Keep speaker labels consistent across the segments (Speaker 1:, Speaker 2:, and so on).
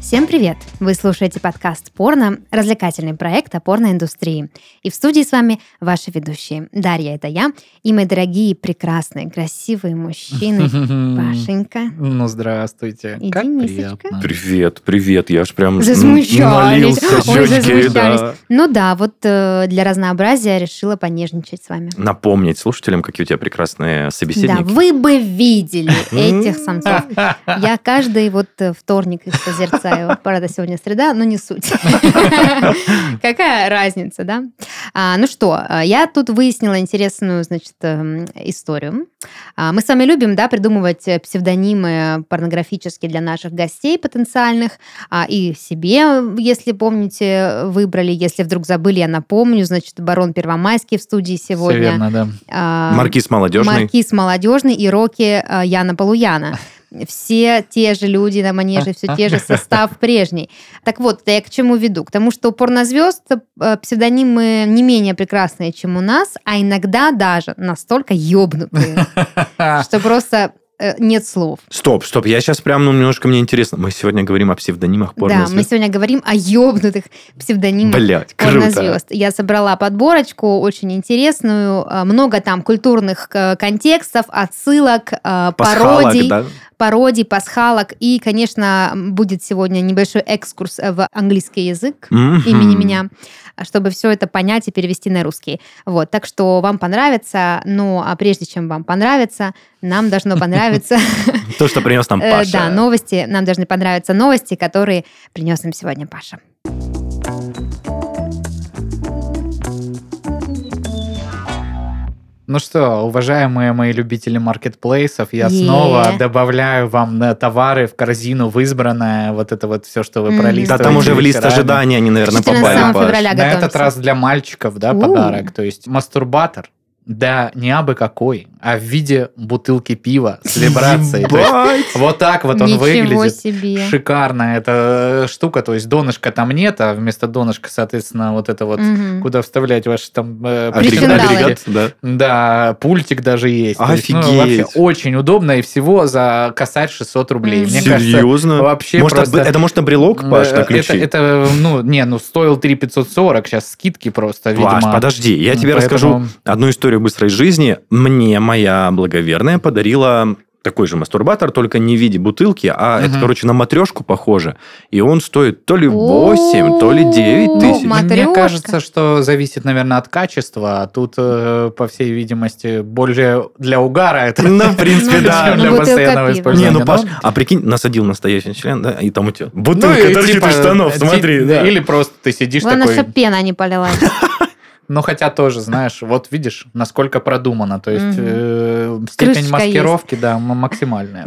Speaker 1: Всем привет! Вы слушаете подкаст «Порно» — развлекательный проект о порноиндустрии. И в студии с вами ваши ведущие. Дарья — это я, и мои дорогие, прекрасные, красивые мужчины Пашенька
Speaker 2: Ну, здравствуйте.
Speaker 1: И
Speaker 2: как
Speaker 1: Денисочка.
Speaker 2: приятно.
Speaker 3: Привет, привет, я аж прям м,
Speaker 1: Засмущались.
Speaker 3: налился,
Speaker 1: Ой,
Speaker 3: щечки, да.
Speaker 1: засмущались. Ну да, вот э, для разнообразия решила понежничать с вами.
Speaker 3: Напомнить слушателям, какие у тебя прекрасные
Speaker 1: Да,
Speaker 3: собеседники.
Speaker 1: вы бы видели этих самцов. Я каждый вот э, вторник их созерцаю. Правда, сегодня среда, но не суть. Какая разница, да? А, Ну что, э, я тут выяснила интересную, значит, эм, историю. А, Мы с вами любим, да, придумывать э, псевдонимы порнографические для наших гостей потенциальных. А, И себе, если помните, выбрали. Если вдруг забыли, я напомню. Значит, барон Первомайский в студии
Speaker 2: Все
Speaker 1: сегодня.
Speaker 2: верно, да.
Speaker 1: А,
Speaker 3: Маркиз молодежный.
Speaker 1: Маркиз молодежный и Рокки э, Яна Полуяна. Все те же люди на манеже, все те же состав прежний. Так вот, я к чему веду? К тому, что у порнозвезд э, псевдонимы не менее прекрасные, чем у нас, а иногда даже настолько ёбнутые, что просто э, нет слов.
Speaker 3: Стоп, стоп, я сейчас прям, ну, немножко мне интересно. Мы сегодня говорим о
Speaker 1: Да,
Speaker 3: псевдонимах
Speaker 1: мы
Speaker 3: порнозвезд.
Speaker 1: сегодня говорим о ёбнутых псевдонимах
Speaker 3: Блядь, круто.
Speaker 1: порнозвезд. Я собрала подборочку очень интересную, э, много там культурных э, контекстов, отсылок, э,
Speaker 3: Пасхалок,
Speaker 1: пародий.
Speaker 3: да?
Speaker 1: пародий, пасхалок. И, конечно, будет сегодня небольшой экскурс в английский язык
Speaker 3: Мгм.
Speaker 1: имени меня, чтобы все это понять и перевести на русский. Вот, так что вам понравится, но а прежде чем вам понравится, нам должно понравиться...
Speaker 3: То, что принес нам
Speaker 1: э,
Speaker 3: Паша.
Speaker 1: Да, новости, нам должны понравиться новости, которые принес нам сегодня Паша.
Speaker 2: Ну что, уважаемые мои любители маркетплейсов, я
Speaker 1: Е.
Speaker 2: снова добавляю вам на товары в корзину в избранное, вот это вот все, что вы
Speaker 1: Мгм.
Speaker 3: Да
Speaker 2: пролистываете.
Speaker 3: там уже в лист
Speaker 2: вечерами.
Speaker 3: ожидания они, наверное,
Speaker 1: 14
Speaker 3: попали. Паш.
Speaker 1: февраля
Speaker 2: На этот
Speaker 1: готовимся.
Speaker 2: раз для мальчиков, да,
Speaker 1: У.
Speaker 2: подарок, то есть мастурбатор. Да, не абы какой, а в виде бутылки пива с вибрацией. То есть
Speaker 3: Ебать!
Speaker 2: Вот так вот он
Speaker 1: Ничего
Speaker 2: выглядит.
Speaker 1: себе.
Speaker 2: Шикарная эта э, штука, то есть донышка там нет, а вместо донышка, соответственно, вот это вот,
Speaker 1: Мгм.
Speaker 2: куда вставлять ваши там... э,
Speaker 3: Агрегат,
Speaker 1: Причиндалы.
Speaker 3: агрегат, да.
Speaker 2: Да, пультик даже есть. То есть, ну,
Speaker 3: Офигеть.
Speaker 2: вообще очень удобно и всего за косарь 600 рублей.
Speaker 1: Мгм.
Speaker 2: Мне кажется,
Speaker 3: Серьезно?
Speaker 2: вообще
Speaker 3: Может,
Speaker 2: просто-
Speaker 3: это может на брелок, Паш,
Speaker 2: э,
Speaker 3: на ключи?
Speaker 2: Это, это, ну, не, ну, стоил 3540, сейчас скидки просто, видимо.
Speaker 3: Паш, подожди, я
Speaker 2: Ну,
Speaker 3: тебе расскажу
Speaker 2: поэтому-
Speaker 3: одну историю быстрой жизни. Мне моя благоверная подарила такой же мастурбатор, только не в виде бутылки, а это,
Speaker 2: Мгм.
Speaker 3: короче, на матрешку похоже. И он стоит то ли 8, то ли 9
Speaker 1: Ну,
Speaker 3: тысяч.
Speaker 1: ма- Матрёшка.
Speaker 2: Мне кажется, что зависит, наверное, от качества. а Тут, э, по всей видимости, более для угара это.
Speaker 3: Ну, в принципе,
Speaker 2: чем
Speaker 3: да.
Speaker 1: Ну,
Speaker 2: для
Speaker 1: бутылка
Speaker 2: постоянного
Speaker 1: пива.
Speaker 2: использования.
Speaker 3: Не, ну,
Speaker 2: Но-
Speaker 3: Паш, а прикинь, насадил настоящий член, да, и там у тебя
Speaker 2: Ну,
Speaker 3: бутылка
Speaker 2: и
Speaker 3: торчит
Speaker 2: типа,
Speaker 3: из штанов,
Speaker 2: ти-
Speaker 3: смотри, да.
Speaker 2: Или просто ты сидишь
Speaker 1: Главное,
Speaker 2: такой,
Speaker 1: чтобы пена не полилась.
Speaker 2: Ну, хотя тоже, знаешь, вот видишь, насколько продумано. То есть
Speaker 1: Мгм.
Speaker 2: э, степень
Speaker 1: Крышечка
Speaker 2: маскировки, да, м- максимальная.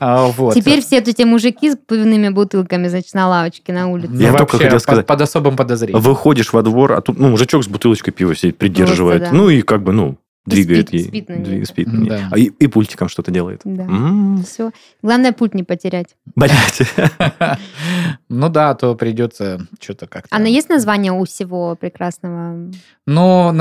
Speaker 2: А, вот.
Speaker 1: Теперь все эти мужики с пивными бутылками, значит, на лавочке на улице.
Speaker 2: Ну,
Speaker 3: Я только
Speaker 2: вообще
Speaker 3: хотел
Speaker 2: под-
Speaker 3: сказать.
Speaker 2: Под особым подозрением.
Speaker 3: Выходишь во двор, а тут, ну, мужичок с бутылочкой пива сидит, придерживает.
Speaker 1: Просто, да.
Speaker 3: Ну, и как бы, ну, двигает
Speaker 1: спит-
Speaker 3: ей.
Speaker 1: спит на ней.
Speaker 3: Дви- спит на ней.
Speaker 2: Да.
Speaker 3: А И и пультиком что-то делает.
Speaker 1: Да.
Speaker 3: М,
Speaker 1: Все. Главное, пульт не потерять.
Speaker 3: Блядь.
Speaker 2: Ну да, то придется что-то как-то.
Speaker 1: А на есть название у всего прекрасного?
Speaker 2: Ну,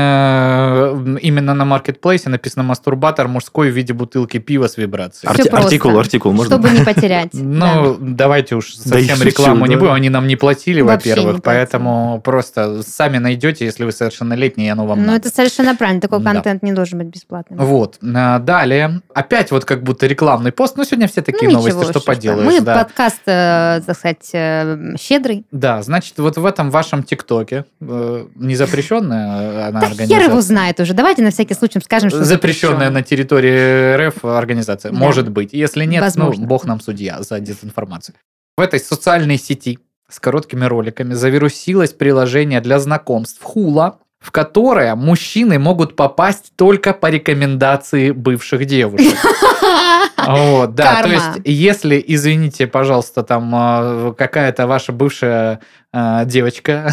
Speaker 2: название э, именно на маркетплейсе написано «Мастурбатор мужской в виде бутылки пива с вибрацией».
Speaker 1: Всё
Speaker 3: Арти-
Speaker 1: просто.
Speaker 3: Артикул, артикул, можно?
Speaker 1: Чтобы не потерять.
Speaker 2: Ну, давайте уж
Speaker 3: Да я
Speaker 2: совсем
Speaker 3: шучу,
Speaker 2: рекламу не
Speaker 3: да.
Speaker 2: будем, они нам не платили,
Speaker 1: Вообще не
Speaker 2: во-первых,
Speaker 1: платили.
Speaker 2: поэтому просто сами найдете, если вы совершеннолетний, и оно
Speaker 1: Да.
Speaker 2: вам
Speaker 1: Ну,
Speaker 2: надо.
Speaker 1: это совершенно правильно. Такой
Speaker 2: Да.
Speaker 1: контент не должен быть бесплатным. Ну,
Speaker 2: Вот. А, Далее. Опять вот как будто рекламный пост. Ну, сегодня все
Speaker 1: Ну,
Speaker 2: такие
Speaker 1: ничего,
Speaker 2: новости, что
Speaker 1: ж там.
Speaker 2: поделаешь.
Speaker 1: Мы
Speaker 2: да.
Speaker 1: подкаст, э, так сказать, э, щедрый.
Speaker 2: да, значит, вот в этом вашем ТикТоке, э, незапрещенная э, она
Speaker 1: Да хер его
Speaker 2: организация.
Speaker 1: знает уже. Давайте на всякий случай скажем, что
Speaker 2: Запрещенная на территории РФ организация.
Speaker 1: Да.
Speaker 2: Может быть. Если нет,
Speaker 1: Возможно.
Speaker 2: ну, бог нам судья за дезинформацию. В этой социальной сети с короткими роликами завирусилось приложение для знакомств Хула, в которое мужчины могут попасть только по рекомендации бывших девушек. Вот, да,
Speaker 1: Карма.
Speaker 2: то есть, если, извините, пожалуйста, там э, какая-то а, ваша бывшая а, девочка.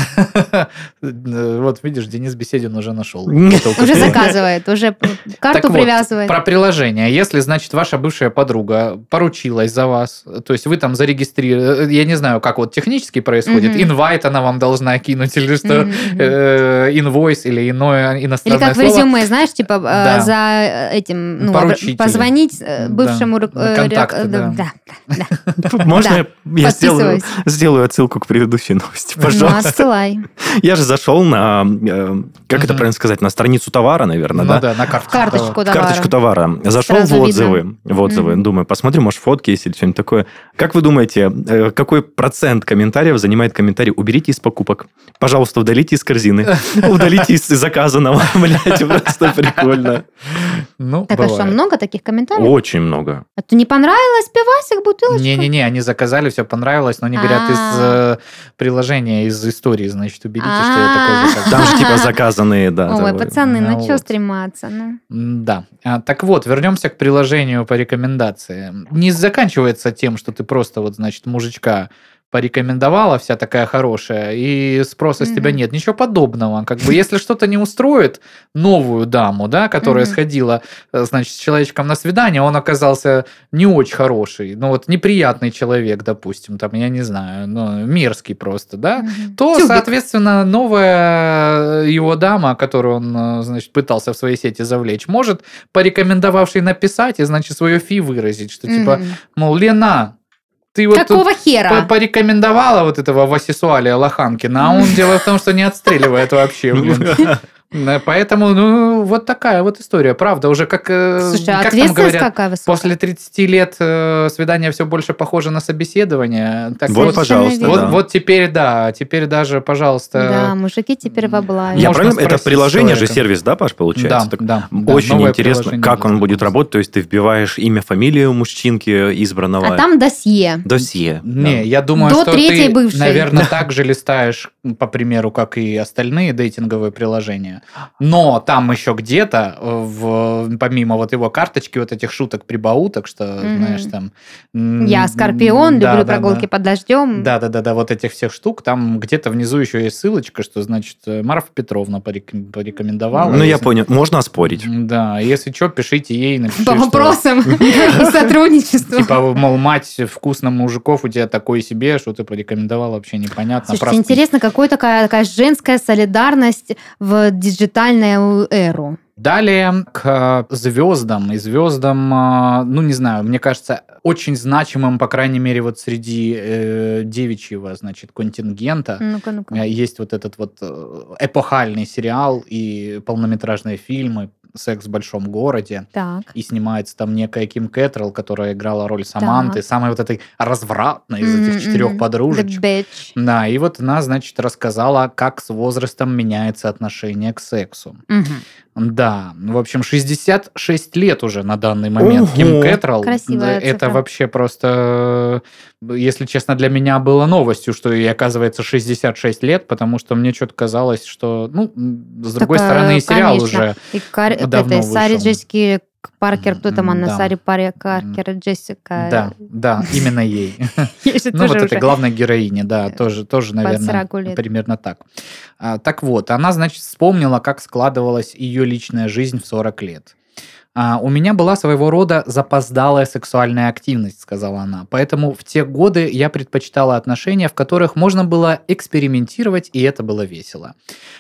Speaker 2: Э, Вот видишь, Денис Беседин уже нашел.
Speaker 1: Уже заказывает, уже карту
Speaker 2: Так вот,
Speaker 1: привязывает.
Speaker 2: Про приложение. А Если, значит, ваша бывшая подруга поручилась за вас, то есть вы там зарегистрировали, я не знаю, как вот технически происходит,
Speaker 1: Мгм.
Speaker 2: инвайт она вам должна кинуть или что,
Speaker 1: Мгм, мгм.
Speaker 2: э, инвойс или иное
Speaker 1: Или
Speaker 2: иностранное
Speaker 1: как в
Speaker 2: слово.
Speaker 1: резюме, знаешь, типа э,
Speaker 2: Да.
Speaker 1: за этим, ну, обра-
Speaker 2: Поручителю.
Speaker 1: позвонить э,
Speaker 2: Да.
Speaker 1: бывшему ру- э,
Speaker 2: Контакту,
Speaker 1: рек- э,
Speaker 2: да.
Speaker 1: да, да, Ну, да.
Speaker 3: Можно я- я сделаю,
Speaker 1: Подписываюсь.
Speaker 3: сделаю отсылку к предыдущей новости,
Speaker 1: Ну,
Speaker 3: пожалуйста?
Speaker 1: отсылай.
Speaker 3: Я же зашел на, э, как это
Speaker 2: Мгм.
Speaker 3: правильно сказать, на страницу товара, наверное,
Speaker 2: Ну
Speaker 3: да?
Speaker 2: да, на карточку.
Speaker 1: Карточку
Speaker 3: В Карточку
Speaker 1: товара.
Speaker 3: товара. Зашел
Speaker 1: Сразу
Speaker 3: в
Speaker 1: видно.
Speaker 3: отзывы. В отзывы.
Speaker 1: Мгм.
Speaker 3: Думаю, посмотрю, может, фотки есть или что-нибудь такое. Как вы думаете, э, какой процент комментариев занимает комментарий «Уберите из покупок». Пожалуйста, удалите из корзины. Удалите из заказанного. Блядь, просто прикольно.
Speaker 2: Ну,
Speaker 1: Так, а что,
Speaker 2: бывает.
Speaker 1: много таких комментариев?
Speaker 3: Очень много.
Speaker 1: А то не понравилось пивасик, бутылочка?
Speaker 2: Не-не-не, они заказали, все понравилось, но они говорят из
Speaker 1: А.
Speaker 2: э, приложения, из истории, значит, уберите, что я
Speaker 1: А.
Speaker 2: такое заказал.
Speaker 3: Там же типа заказанные, да.
Speaker 1: Ой,
Speaker 3: да,
Speaker 1: пацаны,
Speaker 2: ну
Speaker 1: ну что
Speaker 2: вот.
Speaker 1: стрематься? ну?
Speaker 2: Да. А, Так вот, вернемся к приложению по рекомендации. Не заканчивается тем, что ты просто вот, значит, мужичка порекомендовала, вся такая хорошая, и спроса с
Speaker 1: Мгм.
Speaker 2: тебя нет. Ничего подобного. Как бы, если что-то не устроит новую даму, да, которая
Speaker 1: Мгм.
Speaker 2: сходила, э, значит, с человечком на свидание, он оказался не очень хороший, ну вот неприятный человек, допустим, там, я не знаю, ну, мерзкий просто, да,
Speaker 1: Мгм.
Speaker 2: А, то,
Speaker 1: Тюбик.
Speaker 2: соответственно, новая э, его дама, которую он, э, значит, пытался в своей сети завлечь, может, порекомендовавший написать и, значит, свое фи выразить, что типа,
Speaker 1: Мгм.
Speaker 2: мол, Лена, ты вот тут
Speaker 1: Какого хера?
Speaker 2: по- порекомендовала вот этого Васисуалия Лоханкина, а он дело в том, что не отстреливает вообще, блин. Да, Поэтому, ну, вот такая вот история. Правда, уже как, э,
Speaker 1: Слушай, а
Speaker 2: как там
Speaker 1: ответственность
Speaker 2: говорят,
Speaker 1: какая высокая?
Speaker 2: после 30 лет э, свидание все больше похоже на собеседование. Так
Speaker 3: Вот,
Speaker 2: вот,
Speaker 3: пожалуйста,
Speaker 1: верно.
Speaker 2: ну, вот,
Speaker 3: да.
Speaker 2: вот теперь, да, теперь даже,
Speaker 1: Да,
Speaker 2: пожалуйста.
Speaker 1: мужики теперь в облаве.
Speaker 3: Я
Speaker 2: Можно
Speaker 3: правильно? Это
Speaker 2: спросить
Speaker 3: приложение же,
Speaker 2: человека.
Speaker 3: сервис, да, Паш, получается? Так
Speaker 2: да, да.
Speaker 3: Очень
Speaker 2: Новое
Speaker 3: интересно,
Speaker 2: приложение
Speaker 3: как он
Speaker 2: для
Speaker 3: будет
Speaker 2: знакомств.
Speaker 3: работать. То есть ты вбиваешь имя, фамилию мужчинки избранного.
Speaker 1: А там досье.
Speaker 3: Досье.
Speaker 2: Не, я думаю,
Speaker 1: До
Speaker 2: что
Speaker 1: третьей
Speaker 2: ты,
Speaker 1: бывшей.
Speaker 2: наверное, так же листаешь, по примеру, как и остальные дейтинговые приложения. Но там еще где-то, э, в, помимо вот его карточки, вот этих шуток, прибауток, что,
Speaker 1: Мгм.
Speaker 2: знаешь, там... м,
Speaker 1: Я скорпион,
Speaker 2: да,
Speaker 1: люблю
Speaker 2: да,
Speaker 1: прогулки
Speaker 2: да.
Speaker 1: под дождем.
Speaker 2: Да, да, да, да, вот этих всех штук. Там где-то внизу еще есть ссылочка, что значит э, Марфа Петровна пореком- порекомендовала.
Speaker 3: Ну, я
Speaker 2: Если-
Speaker 3: понял. Можно оспорить.
Speaker 2: Да, а если что, пишите ей, напиши,
Speaker 1: По
Speaker 2: что-
Speaker 1: вопросам и сотрудничеству.
Speaker 2: Типа, мол, мать вкусно мужиков у тебя такой себе, что ты порекомендовал, вообще непонятно.
Speaker 1: Слушайте,
Speaker 2: проспи.
Speaker 1: интересно, какой такая, такая женская солидарность в диджитальную эру?
Speaker 2: Далее к э, звездам. И звездам, э, ну, не знаю, мне кажется, очень значимым, по крайней мере, вот среди э, девичьего, значит, контингента.
Speaker 1: Ну-ка, ну-ка.
Speaker 2: Э, Есть вот этот вот э, эпохальный сериал и полнометражные фильмы «Секс в большом городе».
Speaker 1: Так.
Speaker 2: И снимается там некая Ким Кэтрелл, которая играла роль Саманты,
Speaker 1: Так.
Speaker 2: самой вот этой развратной из
Speaker 1: Мгм,
Speaker 2: этих четырех
Speaker 1: мгм.
Speaker 2: подружечек.
Speaker 1: The bitch.
Speaker 2: Да, и вот она, значит, рассказала, как с возрастом меняется отношение к сексу.
Speaker 1: Мгм.
Speaker 2: Да, ну, в общем, 66 лет уже на данный момент
Speaker 3: Ого.
Speaker 2: Ким Кэтролл.
Speaker 1: Красивая
Speaker 2: Да, Это
Speaker 1: цифра.
Speaker 2: вообще просто, э, если честно, для меня было новостью, что ей оказывается 66 лет, потому что мне что-то казалось, что, ну, м, с другой
Speaker 1: Так, э,
Speaker 2: стороны, и сериал
Speaker 1: конечно.
Speaker 2: уже.
Speaker 1: И Кар- вот
Speaker 2: Ну, Давно
Speaker 1: этой Саре
Speaker 2: вышел.
Speaker 1: Джессики Паркер, кто там она?
Speaker 2: Да.
Speaker 1: Сари Паре Каркер, Джессика.
Speaker 2: Да, да, именно ей.
Speaker 1: Я же
Speaker 2: Ну, вот
Speaker 1: тоже
Speaker 2: этой
Speaker 1: уже. э,
Speaker 2: главной героине, да, тоже, тоже наверное,
Speaker 1: 40 лет.
Speaker 2: примерно так. А, так вот, она, значит, вспомнила, как складывалась ее личная жизнь в 40 лет. А, у меня была своего рода запоздалая сексуальная активность, сказала она. Поэтому в те годы я предпочитала отношения, в которых можно было экспериментировать, и это было весело.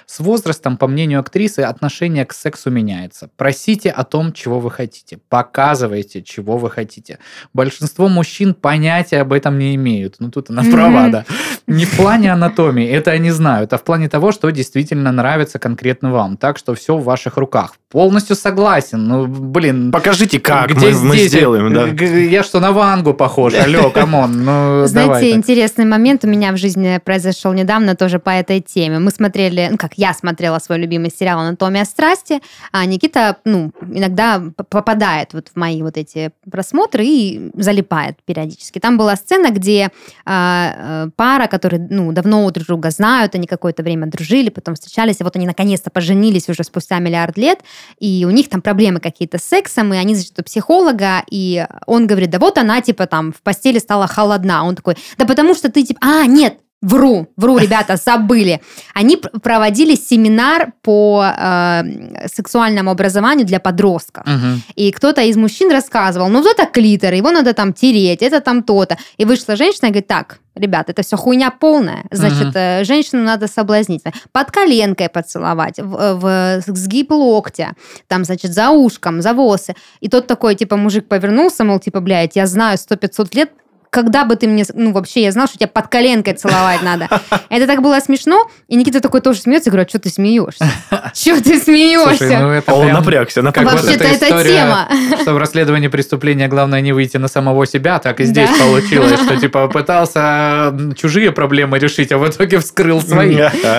Speaker 2: С возрастом, по мнению актрисы, отношение к сексу меняется. Просите о том, чего вы хотите. Показывайте, чего вы хотите. Большинство мужчин понятия об этом не имеют. Ну, тут она
Speaker 1: Мгм.
Speaker 2: права, да. Не в плане анатомии, это они знают, а в плане того, что действительно нравится конкретно вам. Так что все в ваших руках. Полностью согласен. Ну, блин,
Speaker 3: Покажите, как
Speaker 2: где
Speaker 3: мы, мы
Speaker 2: здесь?
Speaker 3: сделаем, да.
Speaker 2: Г- Я что, на Вангу похож? Алло, камон, ну,
Speaker 1: Знаете,
Speaker 2: давай так.
Speaker 1: интересный момент у меня в жизни произошел недавно тоже по этой теме. Мы смотрели, ну как, я смотрела свой любимый сериал «Анатомия страсти», а Никита, ну, иногда п- попадает вот в мои вот эти просмотры и залипает периодически. Там была сцена, где а, э, пара, которые, ну, давно друг друга знают, они какое-то время дружили, потом встречались, и вот они наконец-то поженились уже спустя миллиард лет, и у них там проблемы какие-то с сексом, и они, значит, у психолога, и он говорит, да вот она, типа, там, в постели стала холодна. Он такой, да потому что ты, типа, а, нет, Вру, вру, ребята, забыли. Они п- проводили семинар по э, сексуальному образованию для подростков.
Speaker 2: Мгм.
Speaker 1: И кто-то из мужчин рассказывал, ну, вот это клитор, его надо там тереть, это там то-то. И вышла женщина и говорит, так, ребят, это все хуйня полная. Значит,
Speaker 2: Мгм.
Speaker 1: э, женщину надо соблазнить. Под коленкой поцеловать, в, э, в сгиб локтя, там, значит, за ушком, за волосы. И тот такой, типа, мужик повернулся, мол, типа, блядь, я знаю 100-500 лет, когда бы ты мне... с- Ну, вообще, я знал, что тебя под коленкой целовать надо. Это так было смешно. И Никита такой тоже смеется. Я говорю, а что ты смеешься? Чего ты смеешься?
Speaker 2: Слушай, ну это
Speaker 3: А он
Speaker 2: прям-
Speaker 3: напрягся,
Speaker 2: как вот
Speaker 3: напрягся.
Speaker 1: Вообще-то это
Speaker 2: эта история-
Speaker 1: тема.
Speaker 2: Что в расследовании преступления главное не выйти на самого себя, так и здесь
Speaker 1: Да.
Speaker 2: получилось, что типа пытался м, чужие проблемы решить, а в итоге вскрыл свои.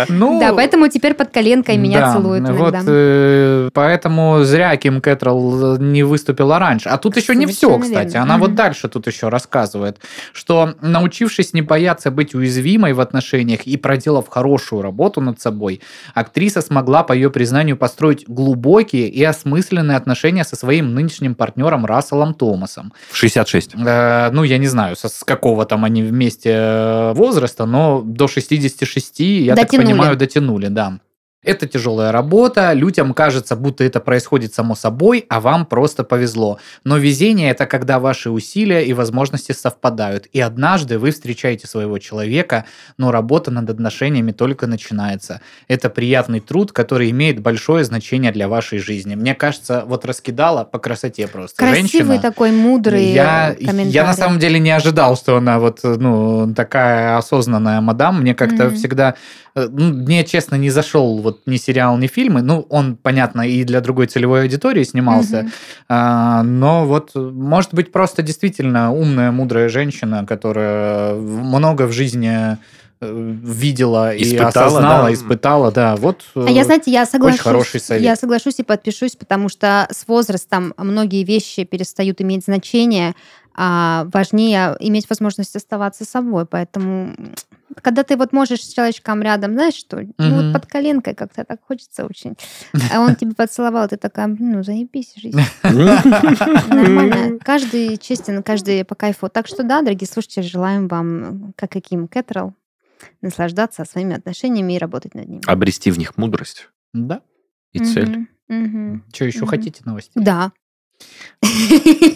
Speaker 2: Ну,
Speaker 1: Да, поэтому теперь под коленкой меня
Speaker 2: да,
Speaker 1: целуют
Speaker 2: Вот,
Speaker 1: иногда.
Speaker 2: э, поэтому зря Ким Кэтрол э, не выступила раньше. А тут еще не все,
Speaker 1: Совершенно
Speaker 2: кстати.
Speaker 1: верно.
Speaker 2: Она вот
Speaker 1: Мгм.
Speaker 2: дальше тут еще рассказывает, что научившись не бояться быть уязвимой в отношениях и проделав хорошую работу над собой, актриса смогла, по ее признанию, построить глубокие и осмысленные отношения со своим нынешним партнером Расселом Томасом.
Speaker 3: В 66.
Speaker 2: Э, ну, я не знаю, со- с какого там они вместе э, возраста, но до 66, я
Speaker 1: Дотянули.
Speaker 2: так понимаю, дотянули, да. Это тяжелая работа, людям кажется, будто это происходит само собой, а вам просто повезло. Но везение – это когда ваши усилия и возможности совпадают. И однажды вы встречаете своего человека, но работа над отношениями только начинается. Это приятный труд, который имеет большое значение для вашей жизни. Мне кажется, вот раскидала по красоте просто.
Speaker 1: Красивый
Speaker 2: Женщина.
Speaker 1: такой мудрый
Speaker 2: Я,
Speaker 1: э, комментарий.
Speaker 2: я на самом деле не ожидал, что она вот э, ну такая осознанная мадам. Мне как-то
Speaker 1: Мгм.
Speaker 2: всегда, э, ну, мне честно не зашел вот ни сериал, ни фильмы. Ну он понятно и для другой целевой аудитории снимался,
Speaker 1: Мгм.
Speaker 2: А, но вот э, может быть просто действительно умная, мудрая женщина, которая в- много в жизни э, видела и
Speaker 3: Испытала,
Speaker 2: осознала,
Speaker 3: да.
Speaker 2: испытала, да. Вот. э,
Speaker 1: А я, знаете, я соглашусь.
Speaker 2: хороший совет.
Speaker 1: Я соглашусь и подпишусь, потому что с возрастом многие вещи перестают иметь значение, а важнее иметь возможность оставаться собой. Поэтому м, когда ты вот можешь с человечком рядом, знаешь что, ну вот
Speaker 2: Мгм.
Speaker 1: под коленкой как-то так хочется очень. А он тебя поцеловал, ты такая, «Блин, ну заебись, жизнь. Нормально. Каждый честен, каждый по кайфу. Так что да, дорогие слушатели, желаем вам, как и Ким Кэтрол, наслаждаться своими отношениями и работать над ними.
Speaker 3: Обрести в них мудрость
Speaker 2: Да.
Speaker 3: и цель.
Speaker 1: Мгм, мгм.
Speaker 2: Что еще
Speaker 1: Мгм.
Speaker 2: хотите новости?
Speaker 1: Да.